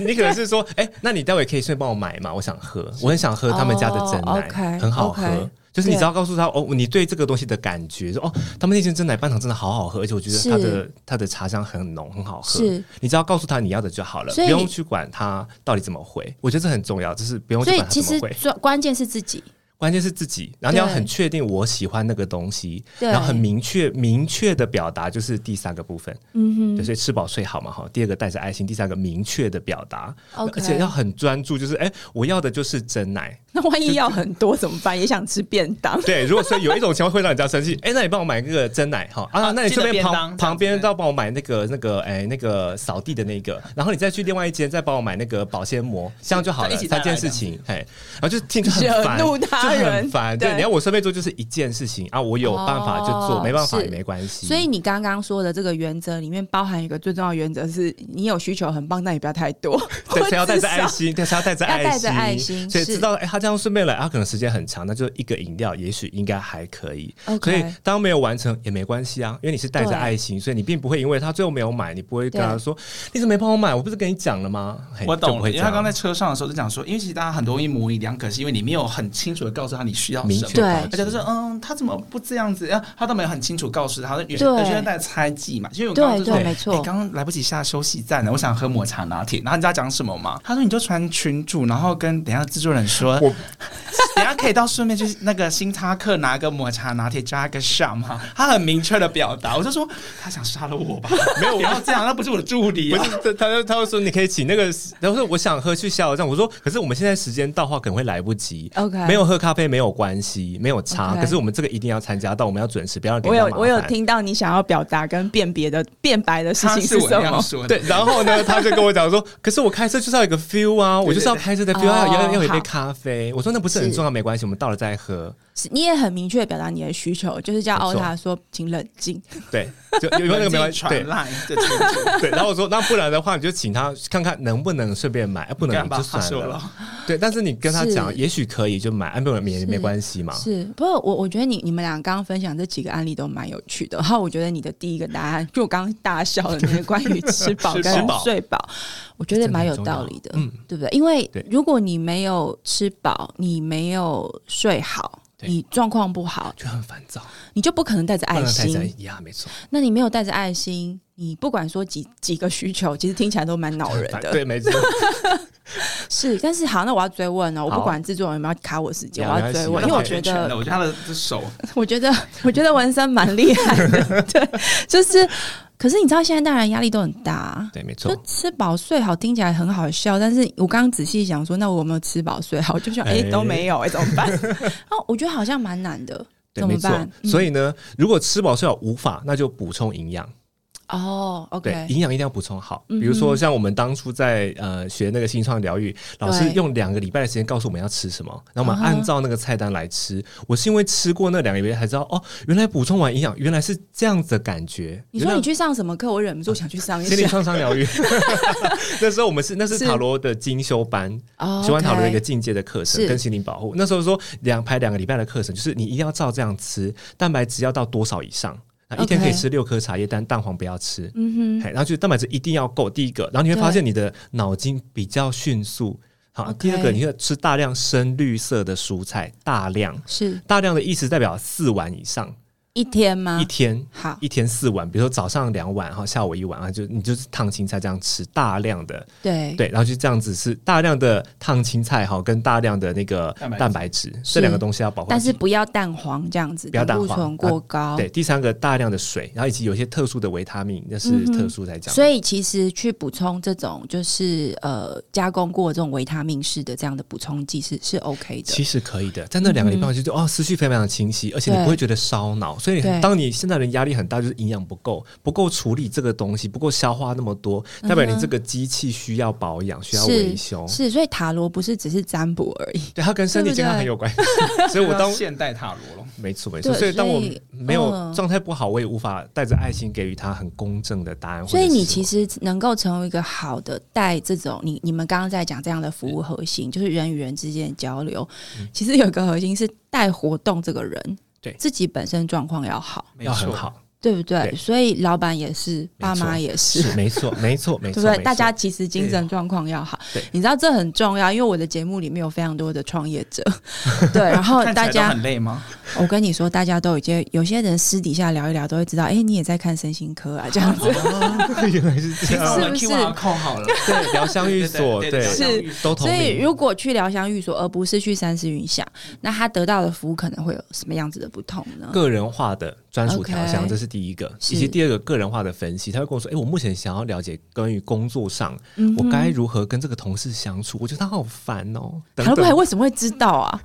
你可能是说，哎、那你待会可以顺便帮我买嘛？我想喝，我很想喝他们家的真奶哦，OK，很好 OK 喝。就是你对只要告诉他哦，你对这个东西的感觉，说哦，他们那间真奶半糖真的好好喝，而且我觉得它的是它的茶香很浓，很好喝。是你只要告诉他你要的就好了，不所以用去管他到底怎么回。我觉得这很重要，就是不用所去以管他其怎么实回。最关键是自己。 关键是自己，然后你要对很确定我喜欢那个东西，对然后很明确明确的表达，就是第三个部分，嗯哼对，所以吃饱睡好嘛哈。第二个带着爱心，第三个明确的表达 OK 而且要很专注，就是哎、我要的就是真奶。那万一要很多怎么办？也想吃便 当。对，如果说有一种情况会让人家生气，哎、那你帮我买那个真奶哈啊，啊那你记得顺便便当旁这样旁子边再帮我买那个那个哎、那个扫地的那个，然后你再去另外一间再帮我买那个保鲜膜，这样就好了。就一起带三来件这事样子情，哎，然后就听着很惹烦，怒他就人很烦。对，对你要我顺便做就是一件事情啊，我有办法就做，哦没办法是也没关系。所以你刚刚说的这个原则里面包含一个最重要的原则是，你有需求很棒，但也不要太多。 对，或他要带至着爱少心，对，他要带着要爱带心，着爱心所以是知道哎、他这样顺便来，他、可能时间很长，那就一个饮料，也许应该还可以。 OK 所以当没有完成也没关系啊，因为你是带着爱心，所以你并不会因为他最后没有买，你不会跟他对说你怎么没帮我买？我不是跟你讲了吗？嘿我哎就懂不了，会因这为他样。刚在车上的时候就讲说，因为其实大家很多一模一样，可是因为你没有很清楚的告诉他你需要明什么确，对告而知且他说，嗯，他怎么不这样子？啊他都没有很清楚告诉他，有些对有些人在猜忌嘛。因为我刚刚就说，对对哎没错哎刚刚来不及下休息站呢，我想喝抹茶拿铁。然后你知道讲什么吗？他说你就穿裙主，然后跟等一下制作人说，我等一下可以到顺便去那个星巴克拿个抹茶拿铁加一个上吗？他很明确的表达，我就说他想杀了我吧，没有，不要这样，那不是我的助理、不啊。是， 他他他会说你可以请那个，然后说我想喝去下午这样，我说可是我们现在时间到的话可能会来不及 OK 没有喝咖啡没有关系，没有差 OK 可是我们这个一定要参加到，我们要准时，不要让给我人家有麻烦我有听到你想要表达跟辨别的 辩白的事啊他情是我什那样么？说的，对，然后呢，他就跟我讲说， 可是我开车就是要有一个 feel 啊，我就是要开车的 feel，对要要哦要有一杯好咖啡。我说那不是很重要，没关系，我们到了再喝。是 你也很明确地表达你的需求，就是叫没错欧塔说，请冷静。 对，就有没有那个没关 系。对传烂的进去，对，然后我说那不然的话，你就请他看看能不能顺便买，啊、不能干你吧就他算说了。了，对，但是你跟他是讲，也许可以就买，啊，没有也是没关系嘛。是，不过我我觉得你你们俩刚刚分享这几个案例都蛮有趣的。然后我觉得你的第一个答案，就我刚刚大笑的那个关于 吃饱吃跟饱睡饱，我觉得蛮有道理的，嗯，对不对？因为对如果你没有吃饱，你没有睡好，对你状况不好，就很烦躁，你就不可能带着爱太在心。意啊，没错，那你没有带着爱心，你不管说几几个需求，其实听起来都蛮恼人 的。对，没错，是，但是好，那我要追问哦，我好不管制作人有没有卡我时间，没我要关追系问，因那为我我觉觉得，得我觉得他的这手我觉得，我觉得文森蛮厉害的， 对，就是，可是你知道现在大人压力都很大啊、对，没就错。吃饱睡好听起来很好笑，但是我刚刚仔细想说，那我有没有吃饱睡好？我就想，哎、哎都没有、哎，怎么 办？哦，我觉得好像蛮难的，对，怎么没错办。嗯所以呢，如果吃饱睡好无法，那就补充营养。哦对， ，OK，营养一定要补充好。嗯哼比如说，像我们当初在呃学那个新创疗愈，老师对用两个礼拜的时间告诉我们要吃什么，然后我们啊哈按照那个菜单来吃。我是因为吃过那两个礼拜才知道，哦，原来补充完营养原来是这样子的感觉。你说你去上什么课？我忍不住想去上一心灵下。创伤 疗愈， 那时候我们是那是是塔罗的精修班，哦喜欢塔罗的一个 OK 进阶的课程是跟心灵保护。那时候说两排两个礼拜的课程，就是你一定要照这样吃，蛋白质要到多少以上？啊一天可以 OK 吃六颗茶叶蛋，蛋黄不要吃。嗯哼，嘿然后就是蛋白质一定要够，第一个，然后你会发对现你的脑筋比较迅速。好， OK 第二个，你要吃大量深绿色的蔬菜，大量。是大量的意思代表四碗以上，一天吗一？天好，一天四碗，比如说早上两碗，然后下午一碗，啊，就你就是烫青菜这样吃，大量的对，对，然后就这样子吃大量的烫青菜哈，跟大量的那个蛋白质蛋白质是这两个东西要保护自但己。是不要蛋黄这样子，不要蛋胆固黄啊醇过高，对，第三个大量的水，然后以及有一些特殊的维他命，那是嗯哼特殊在讲。所以其实去补充这种就是呃加工过这种维他命式的这样的补充剂是是 OK 的嗯其实可以的，在那两个礼拜就就、哦，思绪非常非常清晰，而且你对不会觉得烧脑。所以对当你现在人压力很大，就是营养不够，不够处理这个东西，不够消化那么多，代表嗯你哼这个机器需要保养，需要维修。嗯是，所以塔罗不是只是占卜而已，对，它跟身体对不健康对很有关系。 所 以我当现代塔罗了，没错没错，对所以当我所以没有嗯状态不好，我也无法带着爱心给予他很公正的答案。所以你其实实能够成为一个好的带这种你你们刚刚在讲这样的服务核嗯心，就是人与人之间的交流，其实有一个核心是带活动这个人，对自己本身状况要好。没要很错，好，对不对？对所以老板也是，爸妈也是。是没 错，没错，没对错，不对没？错大家其实精神状况要好对，你知道这很重要，因为我的节目里面有非常多的创业 者，对，然后看起大来都家很 累吗？我跟你说，大家都已经有些人私底下聊一聊，都会知道，哎、你也在看身心科啊，这 样子。哦原来是这 请把我样，的 QR 扣好了，对，疗伤寓所，对对对，是疗伤寓所都同所以，意。如果去疗香寓所，而不是去三思云想，那他得到的服务可能会有什么样子的不同呢？个人化的专属调香 OK 这是第一个，是以及第二个个人化的分析，他会跟我说：“哎、我目前想要了解关于工作上，嗯哼我该如何跟这个同事相处？我觉得他好烦哦。”等他不还等，为什么会知道啊？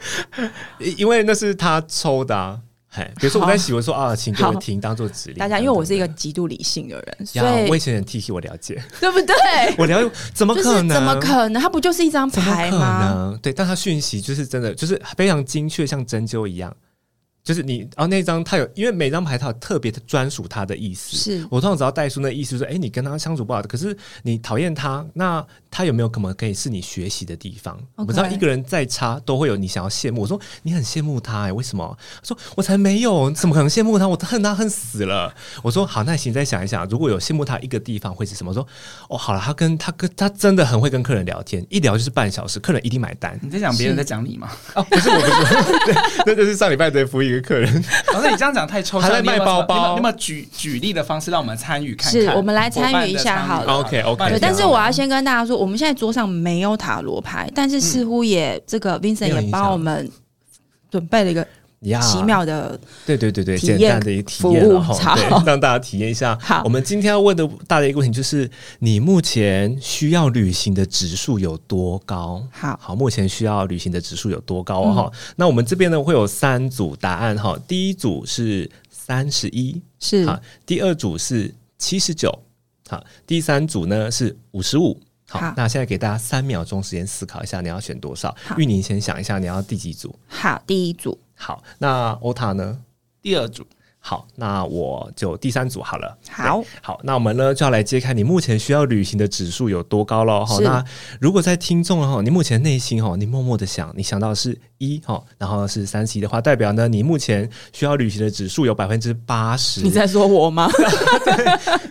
因因为那是他抽的、啊。嘿，比如说我在洗，我说 啊，请给我好听，当做指令。大家，因为我是一个等极度理性的人，所等等呀，我以以前很 T T，我了解， 对不对？我了解，怎么就是可能？怎么可能？他不就是一张怎么牌可吗？能？对，但他讯息就是真的，就是非常精确，像针灸一样。就是你，然、后那张他有，因为每张牌它有特别的专属它的意思。是我通常只要带出那意思，就是哎、诶你跟他相处不好，可是你讨厌他，那他有没有可能可以是你学习的地方？哦我知道一个人再差，都会有你想要羡慕。我说你很羡慕他、诶为什么？他说我才没有，怎么可能羡慕他？我恨他恨死了。我说好，那行，再想一想，如果有羡慕他一个地方会是什么？我说哦，好了，他跟他跟他真的很会跟客人聊天，一聊就是半小时，客人一定买单。你在讲别是人在讲你吗？哦，不是我，不是我，对，那就是上礼拜的服务一个客人， 老哦师，你这样讲太抽象，还在卖你有没有什么包包你有没有你有没有举举例的方式让我们参与看看？是我们来参与一下好了 OK，OK 对，对但是我要先跟大家说，我们现在桌上没有塔罗牌，但是似乎也、这个 Vincent 嗯没有也影帮响我们准备了一个呀奇妙的对对对对，体简验单的一个体服验务了哈，好对，让大家体验一下。 好我们今天要问的大的一个问题就是，你目前需要旅行的指数有多高？好嗯好，目前需要旅行的指数有多高哦哈、那我们这边呢会有三组答案哈，第一组是三十一，是好，第二组是七十九，好，第三组呢是五十五。好好，那现在给大家三秒钟时间思考一下，你要选多少好？玉宁先想一下，你要第几组？好第一组，好，那欧塔呢？第二组，好，那我就第三组好了。好对，好，那我们呢就要来揭开你目前需要旅行的指数有多高喽。哈，是那如果在听众哈，你目前内心哈，你默默的想，你想到的是一哈，然后是三十一的话，代表呢你目前需要旅行的指数有百分之八十。你在说我吗？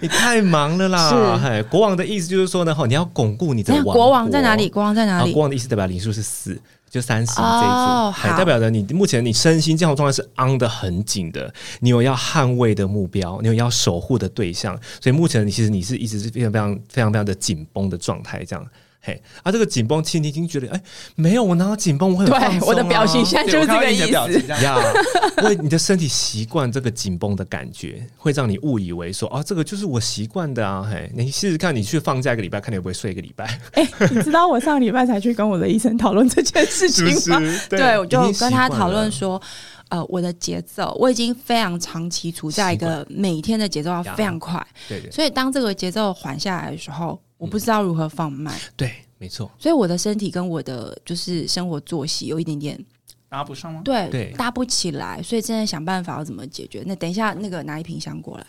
你太忙了啦！是嗨，国王的意思就是说呢，哈，你要巩固你的等一下王国王在哪里？？国王在哪啊，里国？王的意思代表零数是四，就三十这一组，哦哎好代表着你目前你身心健康状态是 on 的很紧的，你有要捍卫的目标，你有要守护的对象，所以目前你其实你是一直是非常非常非常非常的紧绷的状态，这样。嘿，啊，这个紧绷，其实你已经觉得，哎、没有，我哪有紧绷？我很、放啊对，我的表情现像。在就是对我这看到个你的意表思情。这样。呀，因为你的身体习惯这个紧绷的感觉，会让你误以为说，哦，这个就是我习惯的啊。嘿，你试试看，你去放假一个礼拜，看你会不会睡一个礼拜，哎、你知道我上礼拜才去跟我的医生讨论这 件事情 是吗？不是？对，我就已经习跟惯他讨论了说，呃，我的节奏，我已经非常长期处在一个每天的节奏要非常快，对对所以当这个节奏缓下来的时候，我不知道如何放慢，对，没错。所以我的身体跟我的就是生活作息有一点点答不上吗？对对搭不起来，所以真的想办法要怎么解决。那等一下那个拿一瓶香过来，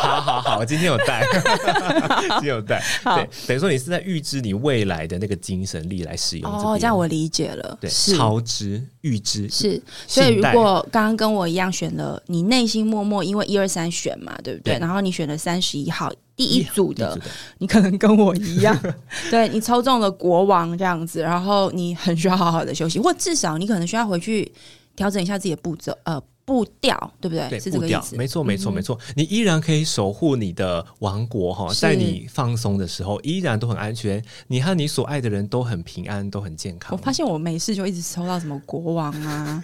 好好好，我今天有 带，今天有带。好对，等于说你是在预知你未来的那个精神力来使用这边。哦，这样我理解了，对是超支预知是，所以信如贷果刚刚跟我一样选了，你内心默默因为一二三选嘛，对不对？对然后你选了三十一号第一组的预，知你可能跟我一样， 对你抽中了国王这样子，然后你很需要好好的休息，或至少你可能需要回去调整一下自己的步骤，呃，步调，对不对？对是这步个意调，思。嗯没错没错没错，你依然可以守护你的王国哈，是在你放松的时候依然都很安全，你和你所爱的人都很平安，都很健我康。发现我没事就一直抽到什么国王啊，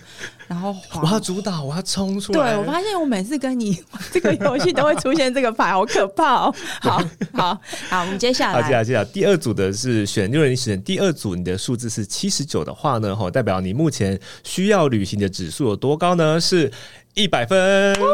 然后我要皇。主导，我要冲出对来。，我发现我每次跟你 玩这个游戏都会出现这个牌，好可怕哦！好好好，我们接下好，接下来来接下来第二组的是选六人选第二组，你的数字是七十九的话呢，吼，代表你目前需要旅行的指数有多高呢？是一百分。哦，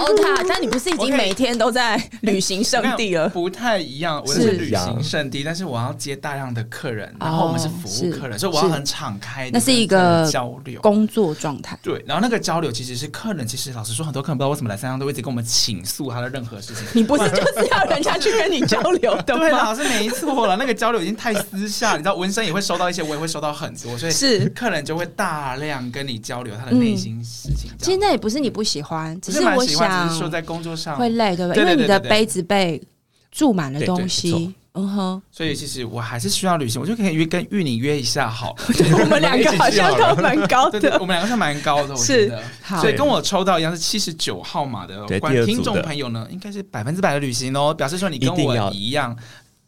欧塔，但你不是已经 OK 每天都在旅行圣地我 了看？不太一样。我是哦是旅行圣地，但是我要接大量的客人，然后我们是服务客人，是所以我要很敞开。那是一个交流。工作状态。对，然后那个交流其实是客人，其实老实说，很多客人不知道为什么来三江都会一直跟我们倾诉他的任何事情。你不是就是要人家去跟你交流的 对啊吗？啦，是没错了。那个交流已经太私下，你知道，纹身也会收到一些，我也会收到很多，所以是客人就会大量跟你交流他的内心事情。其这实样那也不是是你不喜欢，只不是蛮我喜欢，想只是说在工作上会累，对不对？对因对为你对的对对杯子被注满了对对东没错西。嗯哼，所以其实我还是需要旅行，我就可以约跟玉宁约一下好了。 我们两个好像都蛮高 对对，的。我们两个是蛮高的，我觉得。好所以跟我抽到一样是七十九号码的对观第二组的听众朋友呢，应该是百分之百的旅行哦，表示说你跟一定我要一样，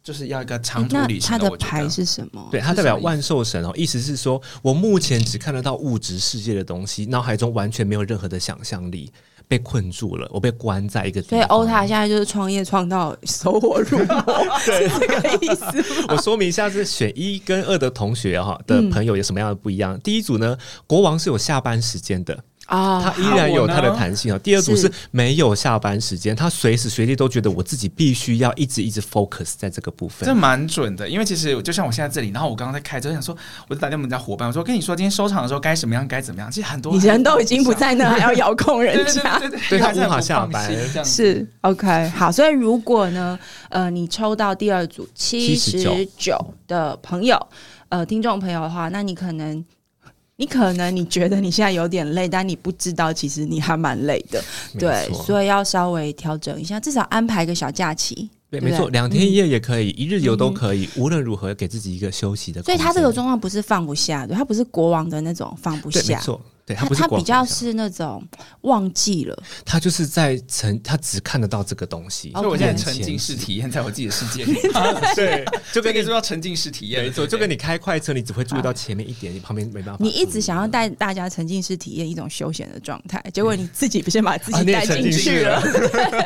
就是要一个长途那旅行啊他的我觉得牌是什么？对，它代表万寿神哦，意思是说我目前只看得到物质世界的东西，脑海中完全没有任何的想象力，被困住了，我被关在一个地所以方。欧塔现在就是创业创到走火入魔， 是这个意思吗？我说明一下，是选一跟二的同学哈的嗯朋友有什么样的不一样？第一组呢，国王是有下班时间的，啊他依然有他的弹性啊。第二组是是没有下班时间，他随时随地都觉得我自己必须要一直一直 focus 在这个部这分。蛮准的，因为其实就像我现在这里，然后我刚刚在开车，想说，我就打电话我们家伙伴，我说跟你说，今天收场的时候该什么样，该怎么样。其实很多你人都已经不在那，还要遥控对，人对对家，对对对对，他还是很无法不下放班心这样子是 OK 好。所以如果呢，呃，你抽到第二组七十九的朋友，呃，听众朋友的话，那你可能。你可能你觉得你现在有点累，但你不知道其实你还蛮累的，对没，错所以要稍微调整一下，至少安排个小假期。对，对不对没错，两天一夜也可以，一日游都可以，无论如何给自己一个休息的嗯空所以间。他这个状况不是放不下的，他不是国王的那种放不对，没下，错，对他他不是他国比王较想是那种忘记了，他就是在沉，他只看得到这个东西。所以我现在眼前沉浸式是体验在我自己的世界里，对，就跟跟你你说要沉浸式体验，没错，就跟你你开快车，你只会注意到前面一点，你旁边没办法啊注你意。一直想要带大家沉浸式体验一种休闲的状态，结果你自己先把自啊己你也带沉进浸去式了。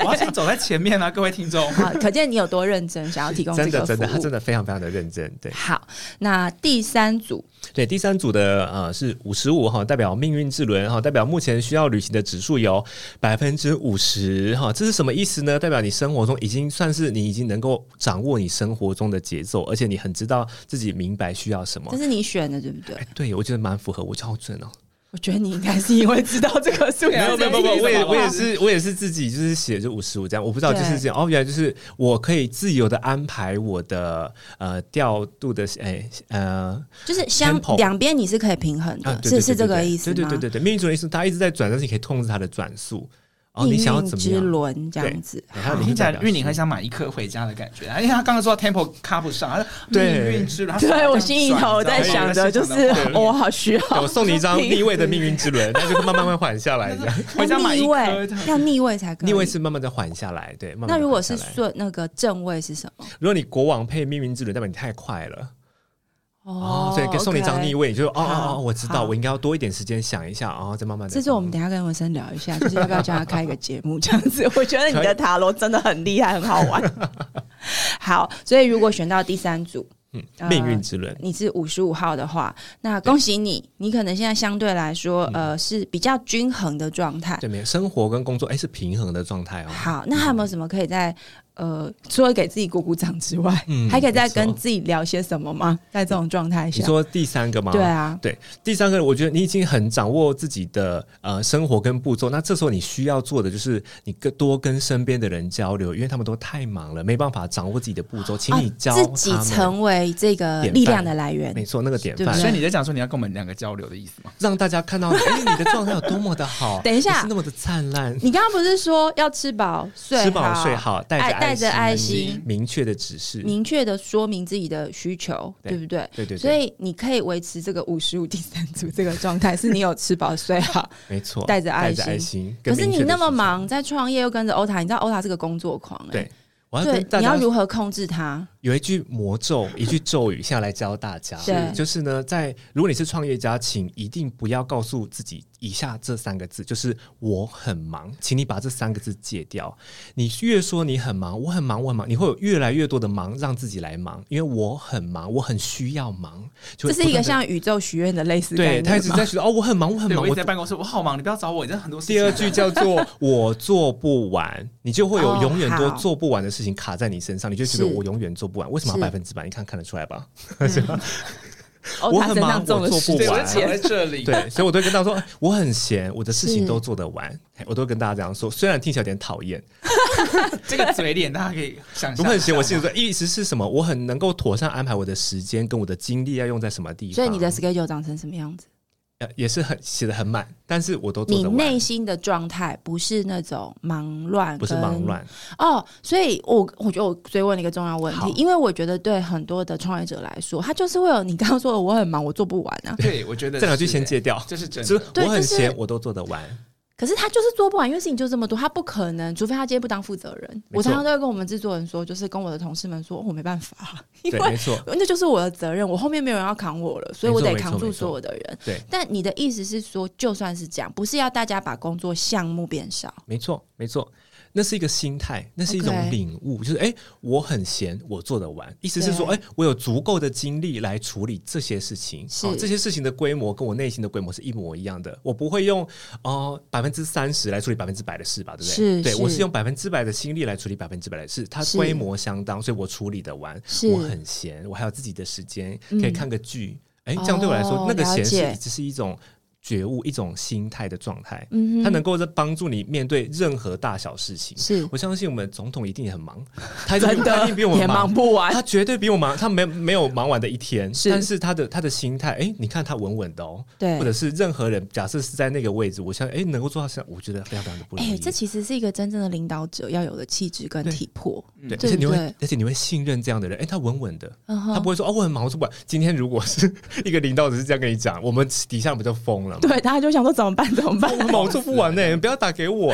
我要先走在前面啊，各位听众。好，可见你有多认真，想要提供这真的个服务。真的，他真的非常非常的认真。对好，那第三组对，第三组的呃是五十五哈，代表命运之轮哈，代表目前需要旅行的指数有百分之五十哈，这是什么意思呢？代表你生活中已经算是你已经能够掌握你生活中的节奏，而且你很知道自己明白需要什么这。是你选的，对不对？哎，对我觉得蛮符合，我就好准哦。我觉得你应该是因为知道啊这个数字，没有没有不不，没有我也没有我也是我也是自己就是写就五十五这样，我不知道就是这样哦，原来就是我可以自由的安排我的呃调度的哎呃就是相 Tempo 两边你是可以平衡的，啊，对对对是是这对个对意思吗？对对对对对，命运主的意思，它一直在转，但是你可以控制它的转速。哦，你命想要运怎么之样？轮这样子。哎它的名字听起来代表玉宁是很想买一颗回家的感觉，因为他刚刚说 tempo 卡不上，他说对命运之轮，他手这对样我心里头在转想着，就是我好需对要我送你一张逆位的命运之轮，那就慢慢慢慢缓下来，这样回家要买逆一位颗这样，要逆位才可以。逆位是慢慢的缓下来，对。慢慢地那如果缓下是来顺那个正位是什么？如果你国王配命运之轮，代表你太快了。哦，所以给送你一张 OK 逆位，你就哦哦好哦，我知道，好我应该要多一点时间想一下，然后再慢慢地这是我们等一下跟文森聊一下， 就是要不要叫他开一个节目这样 子？我觉得你的塔罗真的很厉害，很好玩。好，所以如果选到第三组，呃嗯命运之轮。你是五十五号的话，那恭喜你，你可能现在相对来说，呃，是比较均衡的状态。嗯对，没有生活跟工作，哎，是平衡的状态哦。好，那还有没有什么可以在呃，除了给自己鼓鼓掌之外，嗯还可以再没错跟自己聊些什么吗？在这种状态你下，说第三个吗？对啊，对，第三个，我觉得你已经很掌握自己的呃生活跟步骤。那这时候你需要做的就是，你更多跟身边的人交流，因为他们都太忙了，没办法掌握自己的步骤，请啊你教他自们。己成为这个典范力量的来源。没错，那个典对不范，对所以你在讲说你要跟我们两个交流的意思吗？让大家 看到你，哎，你的状态有多么的好，等一下你是那么的灿 烂。你刚刚不是说要吃饱睡吃饱睡好，带着爱带着爱心心，明确的指示，明确的说明自己的需求，对对不对？对对对，所以你可以维持这个五十五第三组这个状态，是你有吃饱睡 好。没错，带着爱带着爱心。可跟是明你确的那么指示，忙，在创业又跟着欧塔，你知道欧塔是个工作狂、哎对，我要跟对，大你要家如何控制它？有一句 魔咒，一句咒语，下来教大家，对就是呢，在如果你是创业家，请一定不要告诉自己以下这三个字，就是我很忙，请你把这三个字戒掉。你越说你很忙，我很忙，我很忙，你会有越来越多的忙让自己来忙，因为我很忙，我很需要忙，就这会是一个不断像宇宙许愿的类似地概对念他一直吗在学哦，我很忙，我很对，忙，我一我直在办公室，我好忙，你不要找我，真的很多事情。第二句叫做“我做不完”，你就会有哦永远多好做不完的事情卡在你身上，你就觉是得我永远做不完。为什么要是百分之百？你看看得出来吧？欧我塔很身忙上中我了做十不几对，我完就个卡钱在这里。对，所以我都会跟大家说，我很闲，我的事情是都做得完。哎我都会跟大家这样说，虽然听起来有点讨厌，这个嘴脸大家可以想我象。很闲，我心里说意思是什么？我很能够妥善安排我的时间跟我的精力要用在什么地方。嗯所以你的 schedule 长成什么样子？呃，也是很写的很满，但是我都做你得内完，心的状态不是那种忙乱，不是忙乱。哦，所以我我觉得我追问了一个重要问好题，因为我觉得对很多的创业者来说，他就是会有你刚刚说的我很忙，我做不完啊，对，我觉得这两句是先欸，戒掉，这是真就是的。我对很就是闲，我都做得完。可是他就是做不完，因为事情就这么多，他不可能，除非他今天不当负责人。没错我常常都会跟我们制作人说，就是跟我的同事们说，哦我没办法，因对，为没错，那就是我的责任，我后面没有人要扛我了，所以我得没错扛住没错所有的人。对，但你的意思是说，就算是这样，不是要大家把工作项目变少，没错，没错。那是一个心态，那是一种 OK 领悟就是哎、我很闲，我做得完。意思是说，对哎、我有足够的精力来处理这些事情。是这些事情的规模跟我内心的规模是一模一样的。我不会用哦百分之三十来处理百分之百的事吧，对不对？是对是我是用百分之百的心力来处理百分之百的事，它是规模相当，所以我处理得完。是我很闲，我还有自己的时间可以嗯看个剧。哎、这样对我来说，哦那个了闲解是只是一种觉悟，一种心态的状态。嗯哼，它能够在帮助你面对任何大小事情。 是我相信我们总统一定也很忙，他一定真他一定的比我们 也忙忙。不 完，他绝对比我忙，他没没有忙完的一天，是但是他的他的心态，哎、你看他稳稳的哦，对或者是任何人，假设是在那个位置，我相信，哎、能够做到现在，我觉得非常非常的不容哎、易，这其实是一个真正的领导者要有的气质跟对体魄。对，对而且你不会对，而且你会信任这样的人，哎、他稳稳的，嗯他哼，不会说哦，我很忙，我做不完。今天如果是一个领导只是这样跟你讲，我们底下不就疯了吗？对，大家就想说怎么办？怎么办？ 我很忙，我做不完呢、你不要打 给我，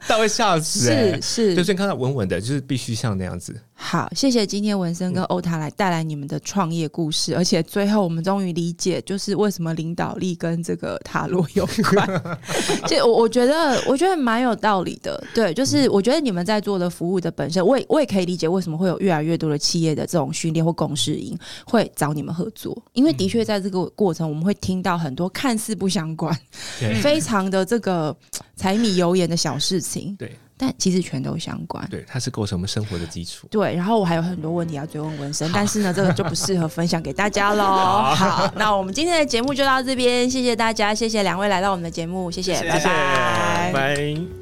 他会吓死、哎是是，就是看到稳稳的，就是必须像那样子。好，谢谢今天文森嗯跟欧塔来带来你们的创业故事，而且最后我们终于理解，就是为什么领导力跟这个塔罗有关。 其实我我觉得，我觉得蛮有道理的。对，就是嗯我觉得你们在做的服务的本身，我也我也可以理解为什么会有越来越多的企业的这种训练或共识营会找你们合作，因为的确在这个过程，我们会听到很多看似不相关、对非常的这个柴米油盐的小事情，对但其实全都相关。对，它是构成我们生活的基础。对，然后我还有很多问题要追问文生，但是呢，这个就不适合分享给大家喽。 好，那我们今天的节目就到这边，谢谢大家，谢谢两位来到我们的节目，谢谢，谢谢拜拜。拜。